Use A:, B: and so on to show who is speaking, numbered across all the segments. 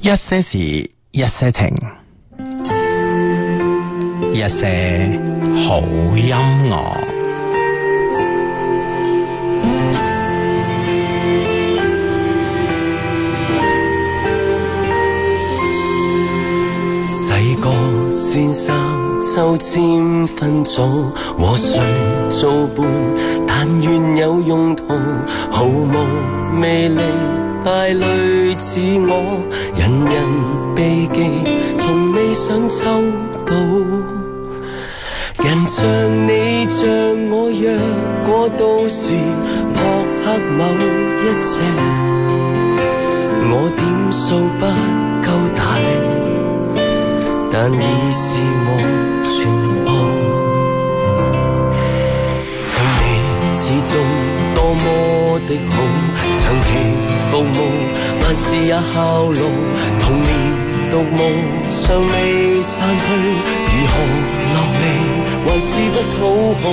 A: 一些事，一些情，一些好音樂。
B: 細個先生抽籤分組，和誰做伴？但願有用途，毫無魅力，敗類似我，人人避忌，從未想抽到。人像你像我，若果到時撲克某一隻，我點數不夠大，但已是我全部。對你始終多麼的好，曾其服務，萬事也效勞，童年。獨舞尚未散去，如何落力還是不討好。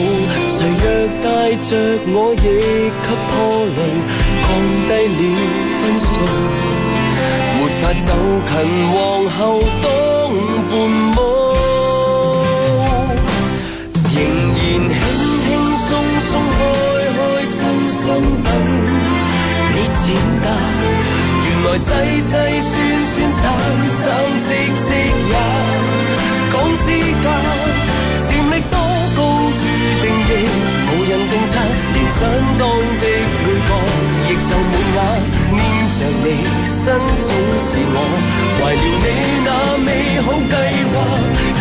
B: 誰若帶着我亦給拖累，降低了分數，沒法走近皇后當伴舞。仍然輕輕鬆鬆，開開心心等你踐踏。原來淒淒酸酸慘慘戚戚也講資格，潛力多高注定亦無人洞察，連想當的配角亦就滿額。黏着你身總是我，懷了你那美好計劃，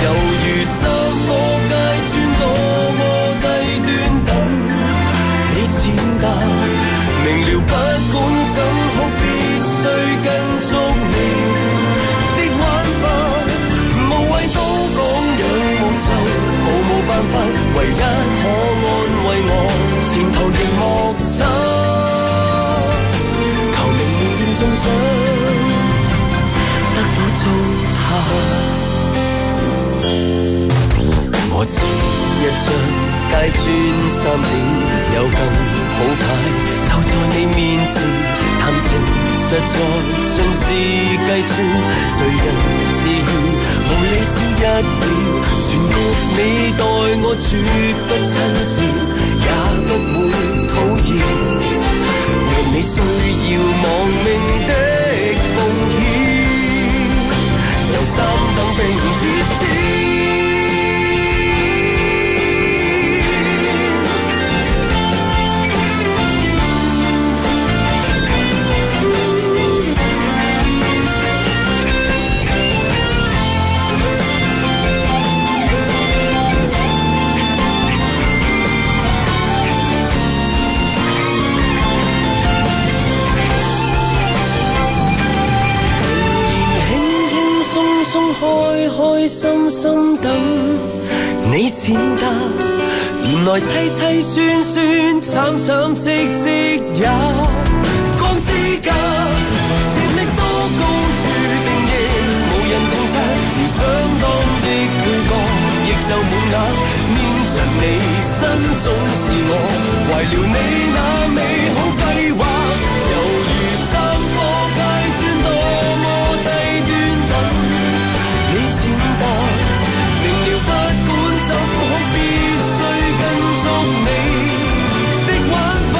B: 猶如三科街轉到我低端等你踐踏，明了不管怎好。最跟蹤你的玩法，無謂都講仰慕就毫無辦法，唯一可安慰我，前途仍莫測，求明年年中獎，得到中下。我只一張街磚三點，有更好牌就在你面前，談情實在盡是計算，誰人自願無理是一點，全給你待我絕不親善，也不會討厭。若你需要亡命的奉獻，由三等兵接旨。鬆開開心心等你踐踏，原來淒淒酸酸慘慘戚戚也講資格，潛力多高注定亦無人洞察，連相當的配角亦就滿額，黏着你身總是我，為了你那美好計劃，猶如三科街磚多麼低端等。你踐踏，明了不管怎好，必須跟足你的玩法。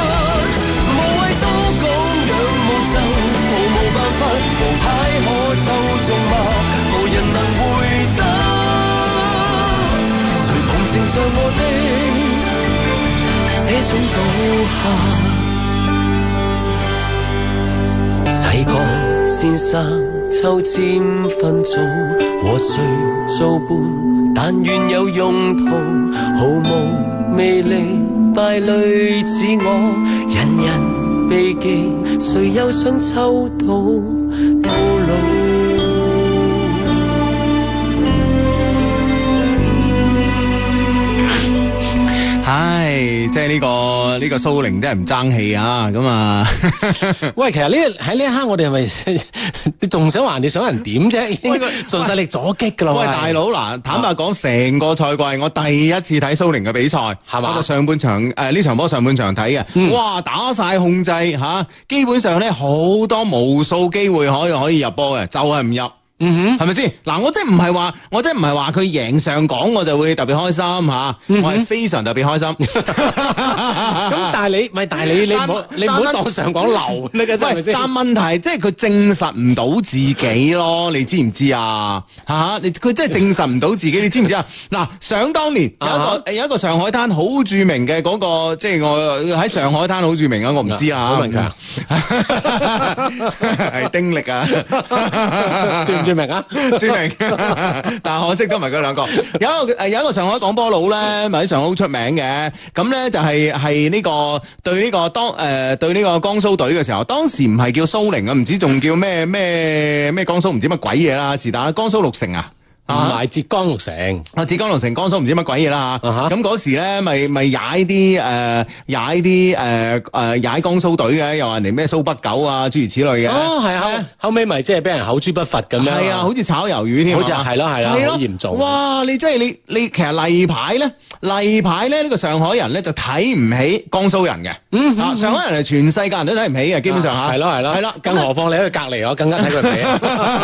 B: 無謂多講仰慕就毫無辦法，無牌可抽中嗎？無人能回答。誰同情在我的這種倒下？細個先生抽籤分組，和誰做伴？但願有用途，毫無魅力，敗類似我，人人避忌，誰又想抽到到老？
A: 唉，即係呢個啊呢個蘇寧真係唔爭氣啊！咁啊，
C: 喂，其實呢喺呢一刻，我哋係咪 你仲想話人哋想人點啫？已經
A: 喂佢
C: 盡晒力阻擊噶啦，
A: 喂大佬嗱，坦白講，成個賽季我第一次睇蘇寧嘅比賽，係
C: 嘛嗯
A: 我就上半場誒呢場波上半場睇嘅，哇打晒控制嚇、基本上咧好多無數機會可以可以入波嘅，就係、唔入。嗯哼，係咪先？嗱，我真係唔係話，我真係唔係話佢贏上港我就會特別開心嚇，我係非常特別開心。
C: 嗯 咁但係你咪但係你你唔好
A: 單
C: 你唔好
A: 單單
C: 當上港 流你嘅啫係咪
A: 喂，
C: 先
A: 但？問題即係佢證實唔到自己咯，你知唔知啊？嚇、你佢真係證實唔到自己，你知唔知啊？嗱，想當年有一
C: 啊
A: 個有一個上海灘好著名嘅嗰、個，即係我喺上海灘好著名啊，我唔知啊。
C: 好文強
A: 係丁力啊，
C: 最唔最明啊？
A: 朱明，但係可惜都唔係佢兩個。有一個誒有一個上海廣波佬咧，咪喺上海好出名嘅。咁咧就係係呢個對呢、個當誒、呃、對呢個江蘇隊嘅時候，當時唔係叫蘇寧啊，唔知仲叫咩咩咩江蘇唔知乜鬼嘢啦，是但啦江蘇六城啊。
C: 唔係浙江六成，
A: 啊！浙江龍城江蘇唔知乜鬼嘢啦嚇
C: 啊哈
A: 咁嗰時咧咪咪踩啲誒踩啲誒誒踩江蘇隊嘅，又話人哋咩蘇北狗啊諸如此類嘅。
C: 哦係後後尾咪即係俾人口誅筆伐咁樣啊，
A: 係啊，好似炒魷魚添啊，
C: 好似係係咯係咯
A: 係
C: 好嚴重啊
A: 哇！你真係你你其實例牌咧，例牌咧呢個上海人咧就睇唔起江蘇人嘅，嗯啊上海人係全世界人都睇唔起嘅，基本上嚇
C: 啊係咯係咯
A: 係啦，
C: 更何況你喺佢隔離，我更加睇佢唔起啊。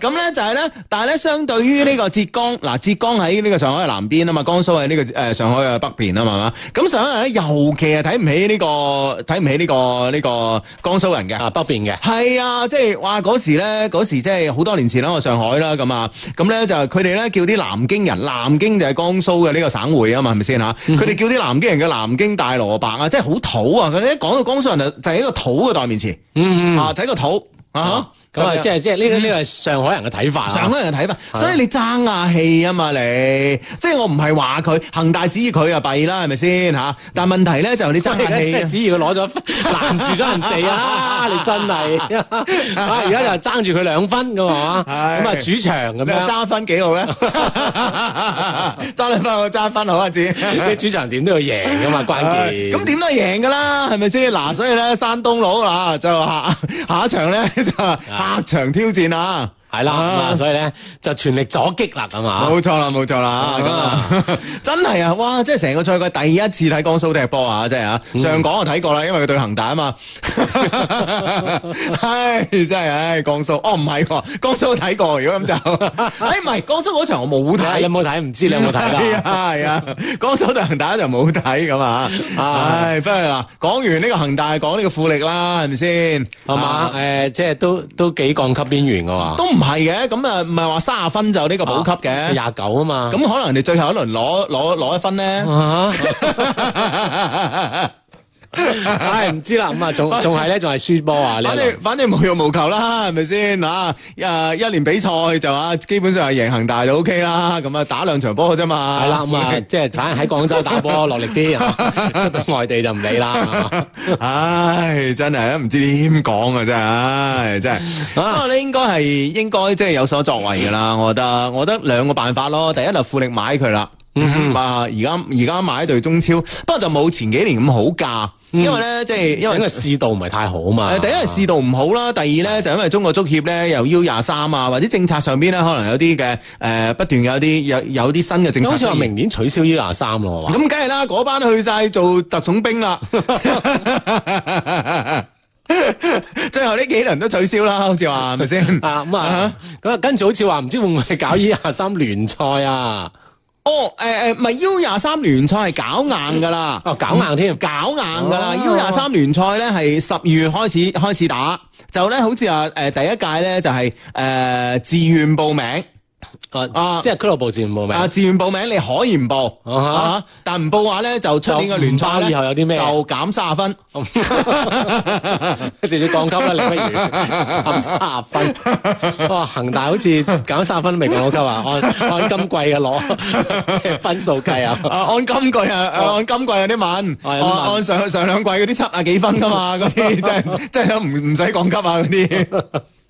A: 咁咧就係咧，但係咧相對於呢個浙江，嗱浙江喺呢個上海嘅南邊啊嘛，江蘇喺呢個誒上海嘅北邊啊嘛，係嘛？咁上海人咧尤其係睇唔起呢個睇唔起呢個呢個江蘇人嘅。
C: 啊北邊嘅，
A: 係啊，即係哇！嗰時咧，嗰時即係好多年前啦，我上海啦咁啊，咁咧就佢哋咧叫啲南京人，南京就係江蘇嘅呢個省會啊嘛，係咪先嚇？
C: 嗯
A: 佢哋叫啲南京人嘅南京大蘿蔔啊，即係好土啊！佢哋一講到江蘇人就就係一個土嘅代面詞，
C: 嗯
A: 啊，就係一個土啊。
C: 咁啊，
A: 樣
C: 即係即係呢個呢個係上海人嘅睇法啊。
A: 上海人睇法，所以你爭下氣啊嘛你，即係我唔係話佢恒大指佢啊弊啦，係咪先嚇？但問題咧就係你
C: 真
A: 爭下
C: 係而家
A: 氣
C: 真
A: 啊
C: 係。只要攞咗分攔住咗人哋啊！你真係啊！而家就爭住佢兩分㗎嘛，
A: 係
C: 咁啊主場咁
A: 你話
C: 樣，
A: 揸分幾好 咧？揸兩分我揸分好啊，子。
C: 你主場點都要贏㗎嘛，關
A: Ờ,
C: 鍵。
A: 咁點都係贏噶啦，係咪先？嗱，所以咧，山東佬啦就下下一場咧 就客場挑戰啊！
C: 係啦，咁
A: 啊
C: 啊，所以咧就全力阻擊啦，咁啊。
A: 冇錯啦，冇錯啦，咁啊， 真係啊，哇！即係成個賽季第一次睇江蘇踢波啊，真係啊，上港我睇過啦，因為佢對恒大啊嘛，唉，真係唉，江蘇，哦唔係喎，江蘇睇過，如果咁就，哎唉唔係，江蘇嗰場我冇
C: 睇下你
A: 睇。啊
C: 有冇睇？唔知 你有冇睇
A: 係
C: 啦？
A: 啊係啊，江蘇對恒大就冇睇咁 啊，唉，不過嗱，講完呢個恒大，講呢個富力啦，係咪先？
C: 係嘛？誒，即係都都幾降級邊緣㗎嘛。
A: 啊都唔係嘅，咁啊唔係話三十分就呢個保級嘅，
C: 廿九啊嘛。
A: 咁可能人哋最後一輪攞攞攞一分咧。
C: 啊！唉，唔知啦，咁啊， 仲仲係咧，仲係輸波啊！ 呢
A: 反
C: 一輪
A: 正反正無欲無求啦，係咪先啊？一一年比賽就啊，基本上係贏恒大就 O K 啦。咁啊，打兩場波嘅啫嘛。
C: 係啦，咁啊，即 係反正喺廣州打波落力啲，出到外地就唔理啦。
A: 唉，真係唔知點講啊！真係，唉，真係。 不過咧，應該係應該即係有所作為㗎啦。我覺得，我覺得兩個辦法咯。第一就富力買佢啦。啊！而家而家買對中超，不過就冇前幾年咁好價，因為咧即係因
C: 整
A: 為
C: 個市道唔係太好啊嘛。
A: 誒，第一係市道唔好啦，第二咧就因為中國足協咧又 U 廿三啊，或者政策上邊咧可能有啲嘅誒不斷有啲有有啲新嘅政策
C: 好似話
A: 出現。
C: 明年取消 U 廿三咯，話
A: 咁梗係啦，嗰班去晒做特種兵 啦。最後呢幾輪都取消啦，好似話係咪先？
C: 啊咁啊，咁啊，跟住好似話唔知會唔會搞 U 廿三聯賽啊？
A: 哦，誒誒，唔係 U 廿三聯賽係搞硬㗎啦。
C: 哦，搞硬添，
A: 搞硬噶啦
C: 哦
A: ！U 廿三聯賽咧係十二月開始開始打，就咧好似話誒第一屆咧就係、誒、自願報名。啊
C: 啊，即係俱樂部自然報
A: 啊，
C: 名。
A: 自願報名你可以唔報，
C: 啊哈
A: 啊但唔報話咧就出年嘅聯賽
C: 就唔
A: 咧
C: 包以後有啲咩
A: 就減三十分，
C: 直接降級啦，你不如 減卅分。哇，恒大好似減卅分都未降到級啊，按按今季嘅攞 分數計啊。
A: 啊按今季啊啊按今季有啲問，
C: 啊有啲問
A: 按按上上兩季嗰啲七啊幾 分噶嘛，嗰啲 真係真係唔唔使降級啊嗰啲。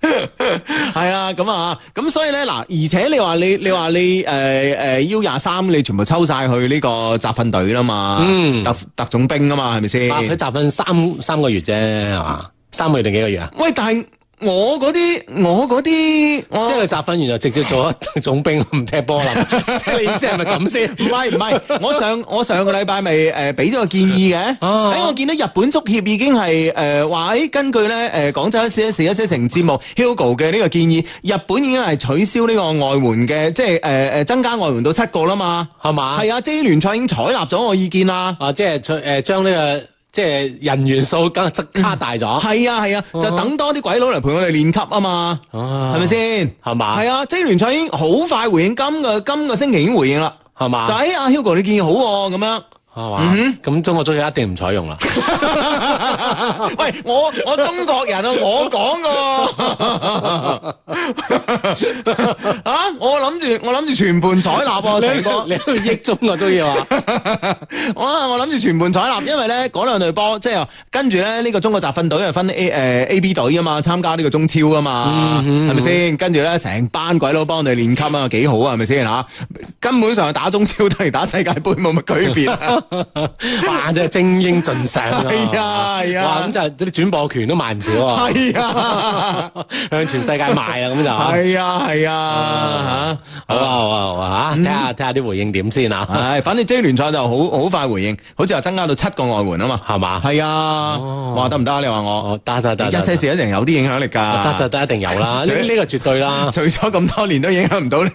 A: 係啊，啦，咁啊，咁所以咧嗱，而且你話你你話你诶诶 U 廿三，你全部抽晒去呢個集訓隊啦嘛，
C: 嗯
A: 特特種兵啊嘛，係咪先？
C: 啊佢集訓三三個月啫，係嘛？三個月定幾個月啊？
A: 喂，但係我嗰啲我嗰啲我
C: 即係佢集訓完就直接做咗 總兵，唔踢波啦。即係你意思係咪咁先？
A: 唔係唔係，我上我上個禮拜咪誒俾咗個建議嘅，喺、
C: 啊
A: 我見到日本足協已經係誒話誒根據咧誒廣州一些事一些情節目 Hugo 嘅呢個建議，日本已經係取消呢個外援嘅，即係誒誒增加外援到七個啦嘛，
C: 係嘛？
A: 係啊，J 聯賽已經採納咗我意見啦。
C: 啊，即係誒將呢個即係人員數加加大咗，
A: 係啊係啊，就等多啲鬼佬嚟陪我哋練級啊嘛，
C: 係
A: 係咪？先？
C: 係嘛
A: 係？啊，J 聯賽已經好快回應，今個今個星期已經回應啦，
C: 係嘛？
A: 就喺阿 Hugo 你建議好喎咁樣。
C: 係嘛？咁中國足球一定唔採用啦。
A: 喂，我我中國人 啊，我講噶， 啊，我諗住我諗住全盤採納喎，成個
C: 你喺度益中國足球啊？
A: 我我諗住全盤採納，因為咧嗰兩隊波即係跟住咧呢個中國集訓隊係分 A 誒、A B 隊啊嘛，參加呢個中超啊
C: 嗯
A: 嘛，係咪先？跟住咧成班鬼佬幫我哋練級啊，幾好啊，係咪先嚇？根本上打中超同打世界盃冇乜區別 啊，
C: 哇！真係精英盡上啊！
A: 係啊係啊
C: 哇！咁就啲轉播權都賣唔少啊！
A: 係啊，
C: 向全世界賣啊！咁 就
A: 係啊，係啊，嚇！
C: 好啊好啊好啊嚇！睇下睇下啲回應點先啊！
A: 唉，反正 J 聯賽就好好快回應，好似話增加到七個外援啊 嘛。
C: 係嘛？
A: 係啊，哇得唔得啊？你話我
C: 哦，得得得，
A: 一些事一定有啲影響力㗎。
C: 得得得，一定 有啦！呢
A: 最
C: 呢個絕 對啦。
A: 除咗咁多年都影響唔到你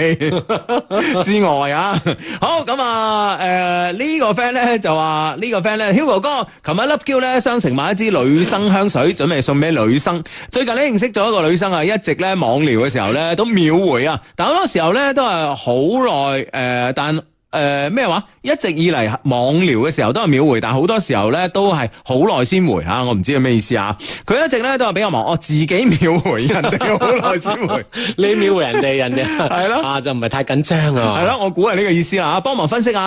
A: 之外啊，好咁啊，誒、呢、個 friend 咧就話呢、個 friend 咧，Hugo 哥，琴日 Love Q 咧商城買一支女生香水，準備送俾女生。最近咧認識咗一個女生啊，一直咧網聊嘅時候咧都秒回啊，但好多時候咧都係好耐誒，呃但。誒咩話？一直以嚟網聊嘅時候都係秒回，但好多時候咧都係好耐先回嚇，我唔知係咩意思啊！佢一直咧都係比較忙，我自己秒回，人哋好耐先回。
C: 你秒回人哋，人哋
A: 係咯
C: 啊，就唔係太緊張啊。
A: 系咯，我估係呢個意思啦，啊幫忙分析下。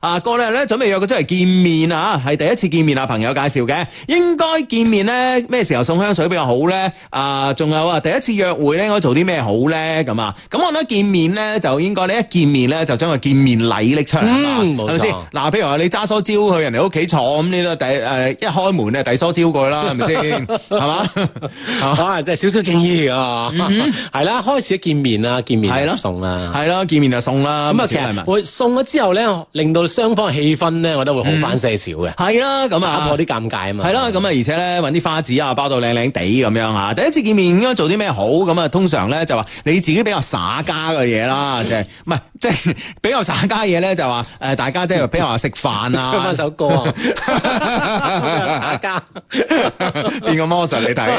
A: 啊，過兩日咧準備約佢出嚟見面啊，係第一次見面啊，朋友介紹嘅，應該見面咧咩時候送香水比較好咧？啊，仲有啊，第一次約會咧應該做啲咩好咧？咁啊，咁我覺得見面咧就應該咧一見面咧就將個見面禮拎出嚟啊嘛，
C: 嗯冇
A: 係咪先
C: 錯？
A: 嗱，譬如話你揸梳蕉去人哋屋企坐咁，你 都第誒一開門咧遞梳蕉過去啦，係咪先？係嘛？係嘛
C: 啊，即係少少敬意啊， 係啦，開始見面啦， 見面
A: 係咯
C: 送啦。
A: 係咯，見面就送啦。
C: 咁
A: 小
C: 啊，其
A: 禮
C: 實
A: 物
C: 會送咗之後咧，令到雙方嘅氣氛咧，我覺得會好翻些少嘅，
A: 係啦，咁啊
C: 打破啲尷尬啊嘛。
A: 係啦，咁啊，而且咧揾啲花紙啊，包到靚靚地咁樣嚇。第一次見面應該做啲咩好咁啊？通常咧就話你自己比較耍家嘅嘢啦，即係唔係即係 比較耍家嘢咧就話誒大家即係比如話食飯
C: 唱翻
A: 啊，
C: 首歌啊，打家。
A: 變個魔術你睇。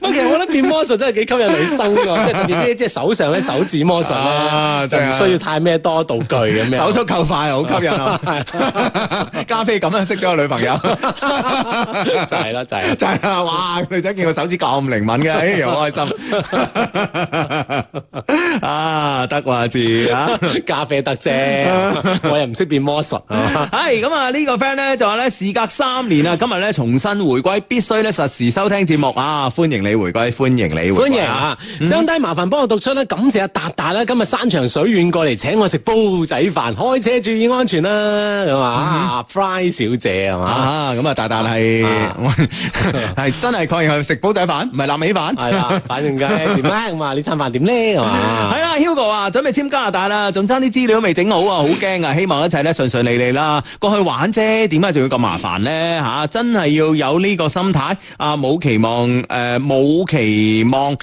C: 喂，其實我覺得變魔術真係幾吸引女生 㗎，即係特別啲即係手上咧手指魔術
A: 啊
C: 咧，就
A: 真係
C: 唔
A: 啊
C: 需要太咩啊多道具咁樣。
A: 手速夠快，好吸引啊！加菲咁樣識咗個女朋 友，
C: 就係啦，就係啦。
A: 就係啦，哇！女仔見個手指咁靈敏嘅，哎呀，好 開心 啊！得話字啊！
C: 咖啡得 啫，我又唔識變魔術啊！
A: 系咁啊！呢個 friend 咧就話咧，事隔三年啊，今日咧重新回歸，必須咧實時收聽節目啊！歡迎你回歸，歡迎你回
C: 歡
A: 歸
C: 迎！啊！相低麻煩幫我讀出啦，感謝阿達達啦，今日山長水遠過嚟請我食煲仔飯，開車注意安全啦，咁啊啊，Fry 小姐係嘛？
A: 嗯啊，咁啊，大大係
C: 啊
A: 係真係確認係食煲仔飯，唔係臘味飯。
C: 係啦，反正梗係點啦，咁啊，呢餐飯點咧 係嘛？
A: 係啦，Hugo 啊，準備簽加拿大啦，仲差啲資料未整好啊，好驚啊！希望一切咧順順利利啦，過去玩啫，點解仲要咁麻煩咧？吓、真係要有呢個心態啊！冇期望誒，呃冇、期望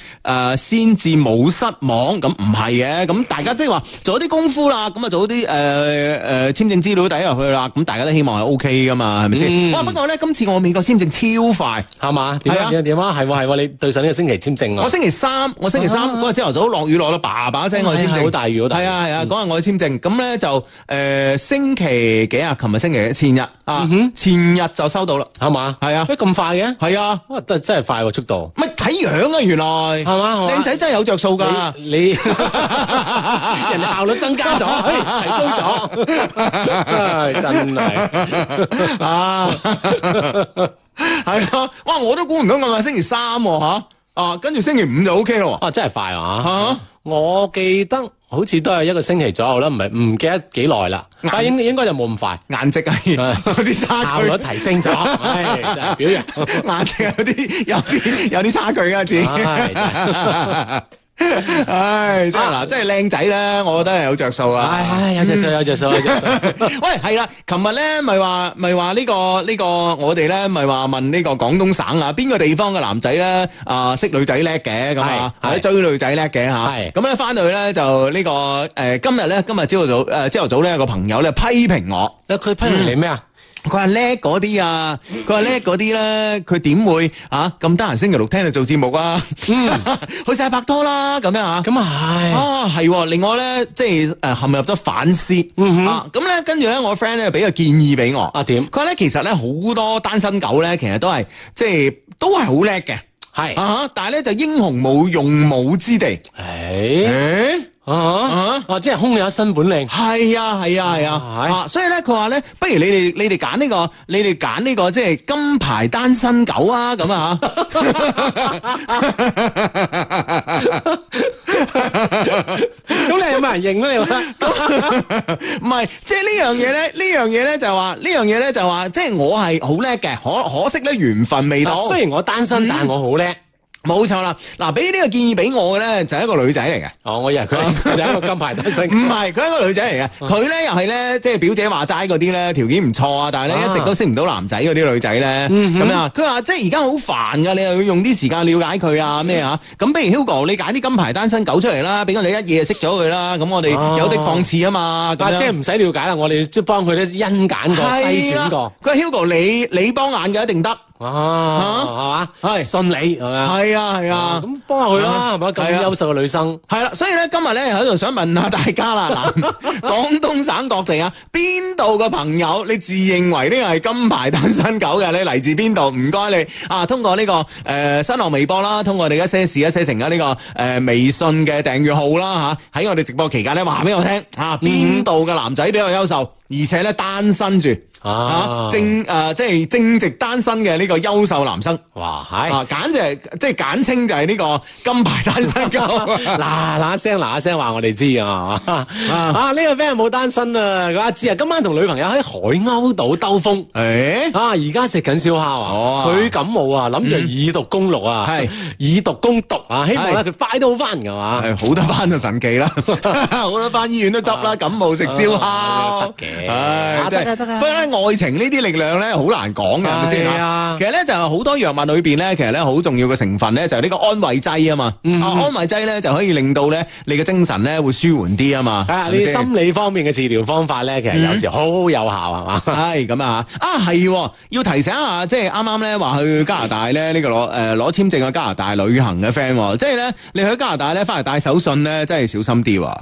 A: 誒，先至冇失望。咁唔係嘅，咁大家即係話做啲功夫啦，咁啊做啲誒誒簽證資料遞入去啦，咁大家都希望係 O K 噶嘛，係咪先？
C: 嗯
A: 哇！不過咧，今次我美國簽證超快。
C: 係嘛？點
A: 係啊
C: 啊點啊點啊！係喎係喎，你對上呢個星期簽證
A: 我
C: 啊？
A: 星期三，我星期三
C: 啊
A: 嗰日朝頭早落雨落到叭叭聲，我去簽
C: 係
A: 證，
C: 係好大雨好大雨嗯
A: 係啊係啊，嗰日我去簽證，咁咧就誒星期幾啊？琴日星期前日
C: 嗯
A: 啊，前日就收到啦，
C: 係嘛？
A: 係啊
C: 乜咁快嘅？
A: 係啊，
C: 哇！真真係快喎速度，
A: 咪睇樣啊，原來係
C: 嘛係嘛
A: 靚仔真係有着數㗎。
C: 你 你 人哋效率增 加咗，哎提高咗，唉真 係。
A: 啊，系咯，哇！我都估唔到我係星期三喎吓。啊，跟住星期五就 O K 咯喎。
C: 啊，真係快啊
A: 啊！
C: 我記得好似都係一個星期左右啦，唔係唔記得幾耐啦，但係應應該就冇咁快，
A: 顏值係有啲差
C: 效
A: 距
C: 率，提升咗， 唉，真係表揚。
A: 顏值有 啲有啲有啲差距啊，自己。
C: 唉真係
A: 唉，真係嗱，真係靚仔咧，我覺得係有着數啊。
C: 唉，有隻手，有隻手，有隻 手。
A: 喂，係啦，琴日咧咪話咪話呢個呢、個我哋咧咪話問呢個廣東省啊，邊個地方嘅男仔咧啊識女仔叻嘅咁啊，
C: 係
A: 或者追女仔叻嘅吓，
C: 係
A: 咁咧翻到去咧就呢、個誒、呃今日咧今日朝頭早誒朝頭早咧有個朋友咧批評我。
C: 佢批評你咩啊？
A: 佢話叻嗰啲啊，佢話叻嗰啲咧，佢點會啊咁得閒星期六聽你做節目啊？ 去晒拍拖啦咁樣啊？
C: 咁啊，
A: 啊，係喎，另外咧，即係誒陷入咗反思。啊，咁咧跟住咧，我 friend 咧俾個建議俾我。
C: 啊點
A: 佢話咧，其實咧好多單身狗咧，其實都係即係都係好叻嘅。
C: 係
A: 啊哈，但係咧就英雄冇用武之地。
C: 唉，
A: 誒，
C: 啊，啊，即係空有一身本領，
A: 係啊，係啊，係啊。
C: 哦係
A: 啊，所以咧佢話咧，不如你哋你哋揀呢個，你哋揀呢個即係金牌單身狗啊咁啊 嚇。
C: 咁你有冇人認咧？你覺 得
A: 唔係，即係呢樣嘢咧，呢樣嘢咧就係話，呢樣嘢咧就係話，即係我係好叻嘅，可可惜咧緣分未到。嗯
C: 雖然我單身，但我好叻。
A: 冇錯啦，嗱，俾呢個建議俾我嘅咧就係一個女仔嚟嘅。
C: 哦，我以為佢
A: 啊
C: 係就係一個金牌單身。
A: 唔係，佢係一個女仔嚟
C: 哦
A: 嘅，佢咧又係咧，即係表姐話齋嗰啲咧條件唔錯啊，但係咧
C: 啊嗯
A: 一直都識唔到男仔嗰啲女仔咧，咁啊，佢話即係而家好煩噶，你又要用啲時間了解佢啊咩啊，
C: 嗯
A: 咁不如 Hugo 你揀啲金牌單身狗出嚟啦，俾我哋一夜識咗佢啦，咁我哋
C: 啊
A: 有的放矢啊嘛，咁
C: 啊，
A: 樣
C: 即係唔使了解啦，我哋即係幫佢咧甄揀過、篩
A: 係啦
C: 選過，
A: 佢話 Hugo 你你幫眼嘅一定得，
C: 啊，係嘛？
A: 係
C: 信你係咪啊？
A: 係啊係啊。
C: 咁幫下佢啦，係咪？
A: 係啊
C: 咁優秀嘅女生，
A: 系啦，所以咧今日咧喺度想問下大家啦，嗱，廣東省各地啊，邊度嘅朋友你自認為呢個係金牌單身狗嘅，你嚟自邊度？唔該你啊，通過呢、個呃新浪微博啦，通過我哋一些事一些情嘅呢個呃微信嘅訂閱號啦吓，喺、我哋直播期間咧話俾我聽啊，邊度嘅男仔比較優秀，而且咧單身住
C: 啊
A: 正诶、呃即係正值單身嘅呢個優秀男生。
C: 哇，係
A: 啊，簡直係即係簡稱就係呢個金牌單身狗。
C: 嗱嗱聲嗱嗱聲話我哋知啊！啊，呢個 friend 冇單身啊，佢阿志啊，今晚同女朋友喺海鷗島兜風。
A: 诶，
C: 啊！而家食緊燒烤啊，
A: 哦嗯
C: 佢、感冒啊，諗住以毒攻毒啊，
A: 係
C: 以毒攻毒啊，希望咧
A: 係
C: 佢快啲好啊翻㗎嘛。
A: 係好多班就神奇啦， 好多班醫院都執啦，感冒食燒烤
C: 啊得嘅
A: 唉
C: 啊
A: 真係
C: 得嘅得嘅
A: 不過咧，愛情呢啲力量咧好難講嘅，係咪先
C: 係啊
A: 其實咧就係好多藥物裏邊咧，其實咧好重要嘅成分咧就係呢個安慰劑啊嘛，
C: 嗯
A: 啊安慰劑咧就可以令到咧你嘅精神咧會舒緩啲啊嘛，係
C: 啊！呢
A: 咪
C: 啲
A: 先 嗯
C: 心理方面嘅治療方法咧，其實有時好好有效，係嘛？
A: 系咁啊！啊係喎，要提醒一下，即係啱啱咧話去加拿大咧呢個攞诶攞簽證去加拿大旅行嘅 friend，喎即係咧你去加拿大咧翻嚟帶手信咧，真係小心啲喎，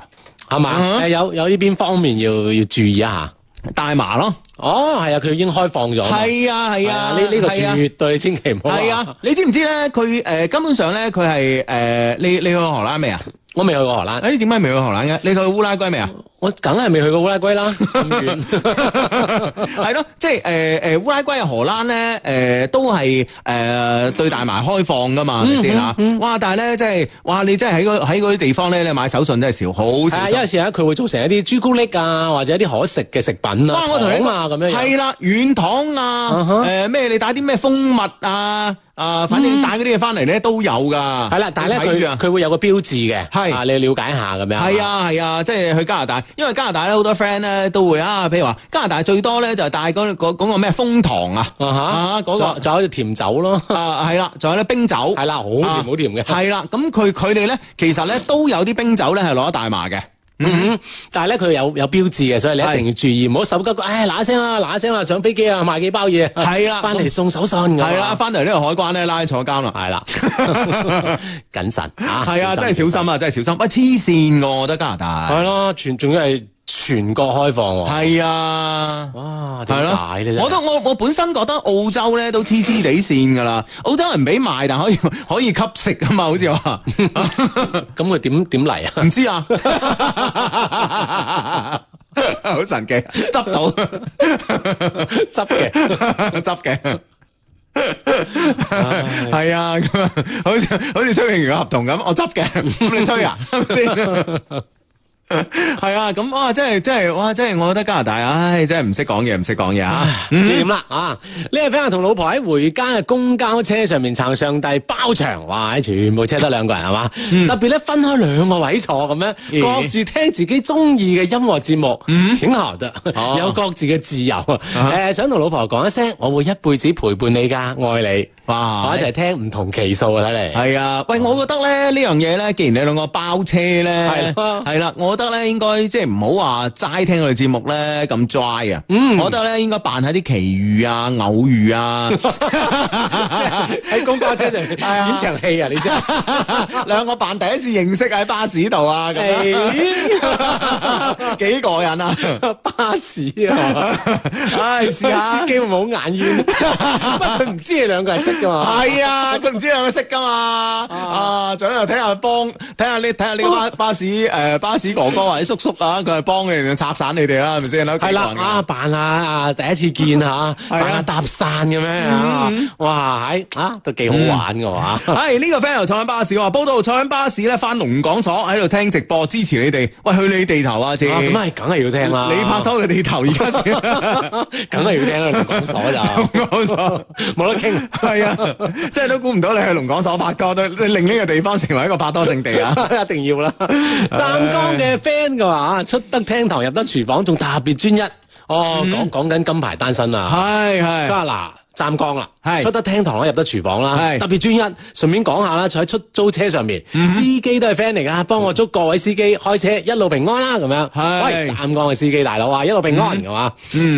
C: 係嘛？
A: 嗯
C: 誒有有呢邊方面要要注意一下。
A: 大麻咯，
C: 哦，係啊，佢已經開放咗。
A: 係啊係
C: 係
A: 啊，
C: 呢呢個
A: 係啊
C: 絕對千祈唔好。
A: 係啊，，你知唔知咧？佢誒根本上咧，佢係誒你你去荷蘭未啊？
C: 我未去過荷蘭，
A: 誒你點解未去荷蘭嘅？你去烏拉圭未 啊？
C: 我梗係未去過烏拉圭啦， 咁遠。
A: 係咯，即係誒誒烏拉圭啊荷蘭咧誒都係誒、呃、對大麻開放噶
C: 嗯
A: 嘛，係咪先啊？哇！但係咧，即係哇，你真係喺嗰喺嗰啲地方咧，你買手信真係少，好
C: 係
A: 少
C: 啊，因
A: 心
C: 為。時咧佢會造成一啲朱古力啊，或者一啲可食嘅食品啊
A: 哇！我同你
C: 糖啊咁樣樣。
A: 係啦，軟糖
C: 啊
A: 啊
C: 哈，
A: 誒咩？你帶啲咩蜂蜜啊？啊，反正帶嗰啲嘢翻嚟咧都有㗎。
C: 嗯係啦，但係
A: 你睇
C: 咧
A: 住啊
C: 佢佢會有個標誌嘅，
A: 係
C: 啊，你了解下咁樣。
A: 係，啊係啊，即係去加拿大，因為加拿大咧好多 friend 咧都會啊，譬如話加拿大最多咧就係帶嗰嗰嗰個咩蜂糖啊，
C: 啊
A: 啊
C: 哈，
A: 嗰個
C: 仲有仲有隻甜酒 咯，
A: 啊係啦，仲有咧冰酒，
C: 係啦，好甜
A: 啊
C: 好甜嘅。
A: 係啦，咁佢佢哋咧其實咧都有啲冰酒咧係攞大麻嘅，
C: 嗯，但係咧佢有有標誌嘅，所以你一定要注意，唔好手急，唉嗱一聲啦，嗱一聲啦，上飛機啊，買幾包嘢，
A: 係啦
C: 翻嚟送手信㗎嘛，
A: 係啦，翻嚟呢個海關咧拉坐監啦。
C: 係啦，謹慎啊，
A: 係啊，真係小心啊，真係小心！喂，黐線㗎，我覺得加拿大
C: 係咯，全仲要係全國開放喎，
A: 係啊。係
C: 哇，點解咧？
A: 咯，我都我我本身覺得澳洲咧都黐黐地線㗎啦，澳洲人唔俾賣，但可以可以吸食㗎嘛，好似話。
C: 咁佢點點 嚟啊？
A: 唔知啊，好 神奇，執到
C: 執嘅。
A: 執嘅。系啊，咁啊，好似好似崔永元嘅合同咁，我執嘅，咁你吹啊，係咪先？系啊，咁哇，真系真系哇，真系，我覺得加拿大，唉，真係唔識講嘢，唔識講嘢啊！
C: 即係點啦啊！呢位 friend 同老婆喺回家嘅公交車上面撐上帝包場，哇！全部車得兩個人係嘛？特別咧分開兩個位坐咁樣，
A: 嗯咦嗯
C: 各住聽自己中意嘅音樂節目，挺好得，
A: 哦啊
C: 有各自嘅自由。誒，想同老婆講一聲，我會一輩子陪伴你㗎，愛你。
A: 哇
C: 我一齊聽唔同期數啊，睇嚟。
A: 哦係啊，喂，我覺得咧呢樣嘢咧，既然你兩個包車咧，
C: 係啊
A: 係啦，我覺得咧應該即係唔好話齋聽我哋節目咧咁 dry 啊，嗯，我覺得咧應該扮下啲奇遇啊、偶遇啊，
C: 喺公交 車上面演
A: 啊
C: 場戲啊，你知啊？
A: 兩個扮第一次認識喺巴士度啊，咁哎樣幾過癮啊！
C: 巴士啊，
A: 唉，試下
C: 司。機會唔會好眼冤？不過佢唔知你兩個人識㗎嘛。
A: 系啊，佢唔知兩個識噶嘛，啊，仲有睇下幫，睇下你睇下呢個巴巴士诶巴士哥哥或者叔叔啊，佢係幫你哋拆散你哋啦，係咪先？
C: 系啦，啊，扮下啊，第一次見吓，扮下搭訕咁樣
A: 嗯
C: 啊，哇，喺啊都幾好玩啊噶 哇！
A: 系呢個 friend 又坐緊巴士話，報道坐緊巴士咧，翻龍港所喺度聽直播支持你哋，喂，去你地頭啊，姐，
C: 啊咁
A: 你
C: 係梗係要聽啦，
A: 拍拖嘅地頭而家先，
C: 梗係要聽啦，唔講所 就
A: 龍港所。
C: 冇得傾。
A: 係啊，即係都估唔到你去龍港所拍拖，都令呢個地方成為一個拍拖聖地啊！
C: 一定要啦！湛江嘅 friend 嘅話，出得廳堂入得廚房，仲特別專一。哦，
A: 嗯
C: 講講緊金牌單身啊！
A: 係
C: 佢
A: 係
C: 話嗱，湛江啦，
A: 係
C: 出得廳堂啦，入得廚房啦，
A: 係嗯
C: 特別專一。順便講下啦，坐喺出租車上面，司機都係 friend 嚟噶，幫我祝各位司機開車一路平安啦，咁樣。
A: 嗯係嗯
C: 喂，湛江嘅司機大佬啊，一路平安嘅嘛。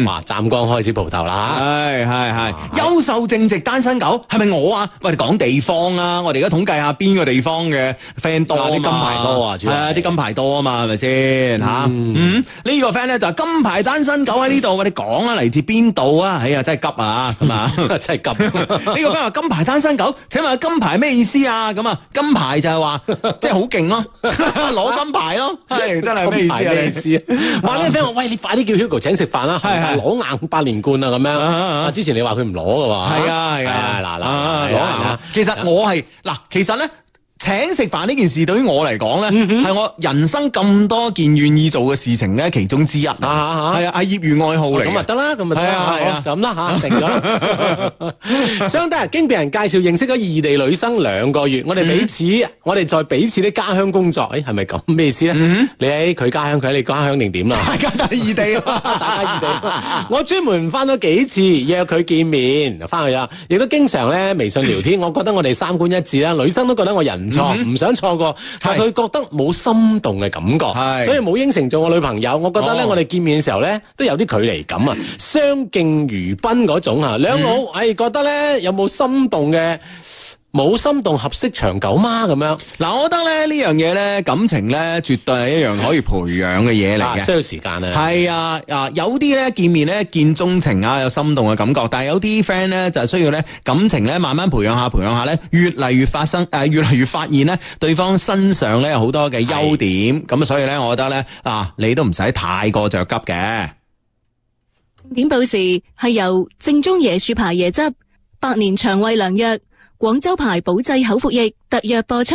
C: 哇，湛江開始蒲頭啦
A: 系系系，优啊秀正直單身狗係咪我啊？喂，講地方啊，我哋而家統計下邊個地方嘅 friend 多啊嘛
C: 嗱啲金牌多啊主
A: 係
C: 要係
A: 啊，啲金牌多啊嘛，係咪先吓？嗯，呢個 friend 咧就係金牌單身狗喺呢度，我哋講啦，嚟自邊度啊？哎呀，真係急啊，咁 啊。
C: 嚇， 真係咁。
A: 呢個 friend 話金牌單身狗，請問金牌咩意思啊？咁啊，金牌就係話即係好勁 咯，攞金牌咯，係真係咩意思
C: 金
A: 啊？
C: 牌咩
A: 你
C: 意思啊？哇！呢個 friend 話：喂，你快啲叫 Hugo 請食飯啦，
A: 係係
C: 攞硬八連冠啊咁樣。
A: 啊啊
C: 啊之前你話佢唔攞嘅喎。
A: 系啊系啊，
C: 係嗱
A: 啊
C: 嗱
A: 攞
C: 攞
A: 牙
C: 啊！
A: 其實我係嗱，其實咧。請食飯呢件事對於我嚟講咧，係我人生咁多件願意做嘅事情咧，其中之一。係
C: 啊
A: 啊，
C: 啊
A: 係業餘愛好嚟嘅。
C: 咁啊得啦，咁啊得
A: 係啊
C: 啦，
A: 係啊
C: 好就咁啦吓， 定咗 啦。相得人經被人介紹認識咗異地女生兩個月，我哋
A: 嗯
C: 彼此，我哋在彼此的家鄉工作，哎誒係咪咁咩意思咧？
A: 嗯
C: 你喺佢家鄉，佢喺你家鄉定點啊啦？
A: 大家都係異 地啊，
C: 大家異地，我專門翻咗幾次約佢見面，翻去啊，亦都經常咧微 信聊天。我覺得我哋三觀一致啦，女生都覺得我人唔錯，唔想錯過，但佢覺得冇心動嘅感
A: 係
C: 覺，所以冇應承做我女朋友。我覺得咧，
A: 哦
C: 我哋見面嘅時候咧都有啲距離感啊，相敬如賓嗰種啊。兩老，哎，覺得咧有冇心動嘅？冇心動合適長久嗎？咁樣
A: 嗱，我覺得咧呢樣嘢咧，感情咧絕對係一樣可以培養嘅嘢嚟
C: 啊
A: 嘅
C: 需。要時間啊。
A: 係啊，啊有啲咧見面咧見鍾情啊，有心動嘅感覺，但係有啲 friend 咧就係需要咧感情咧慢慢培養下培養下咧，越嚟越發生誒、呃越嚟越發現咧對方身上咧有好多嘅優點，咁所以咧我覺得咧啊你都唔使太過着急嘅。
D: 點報時係由正宗椰樹牌椰汁、百年腸胃良藥、廣州牌保濟口服液特約播出。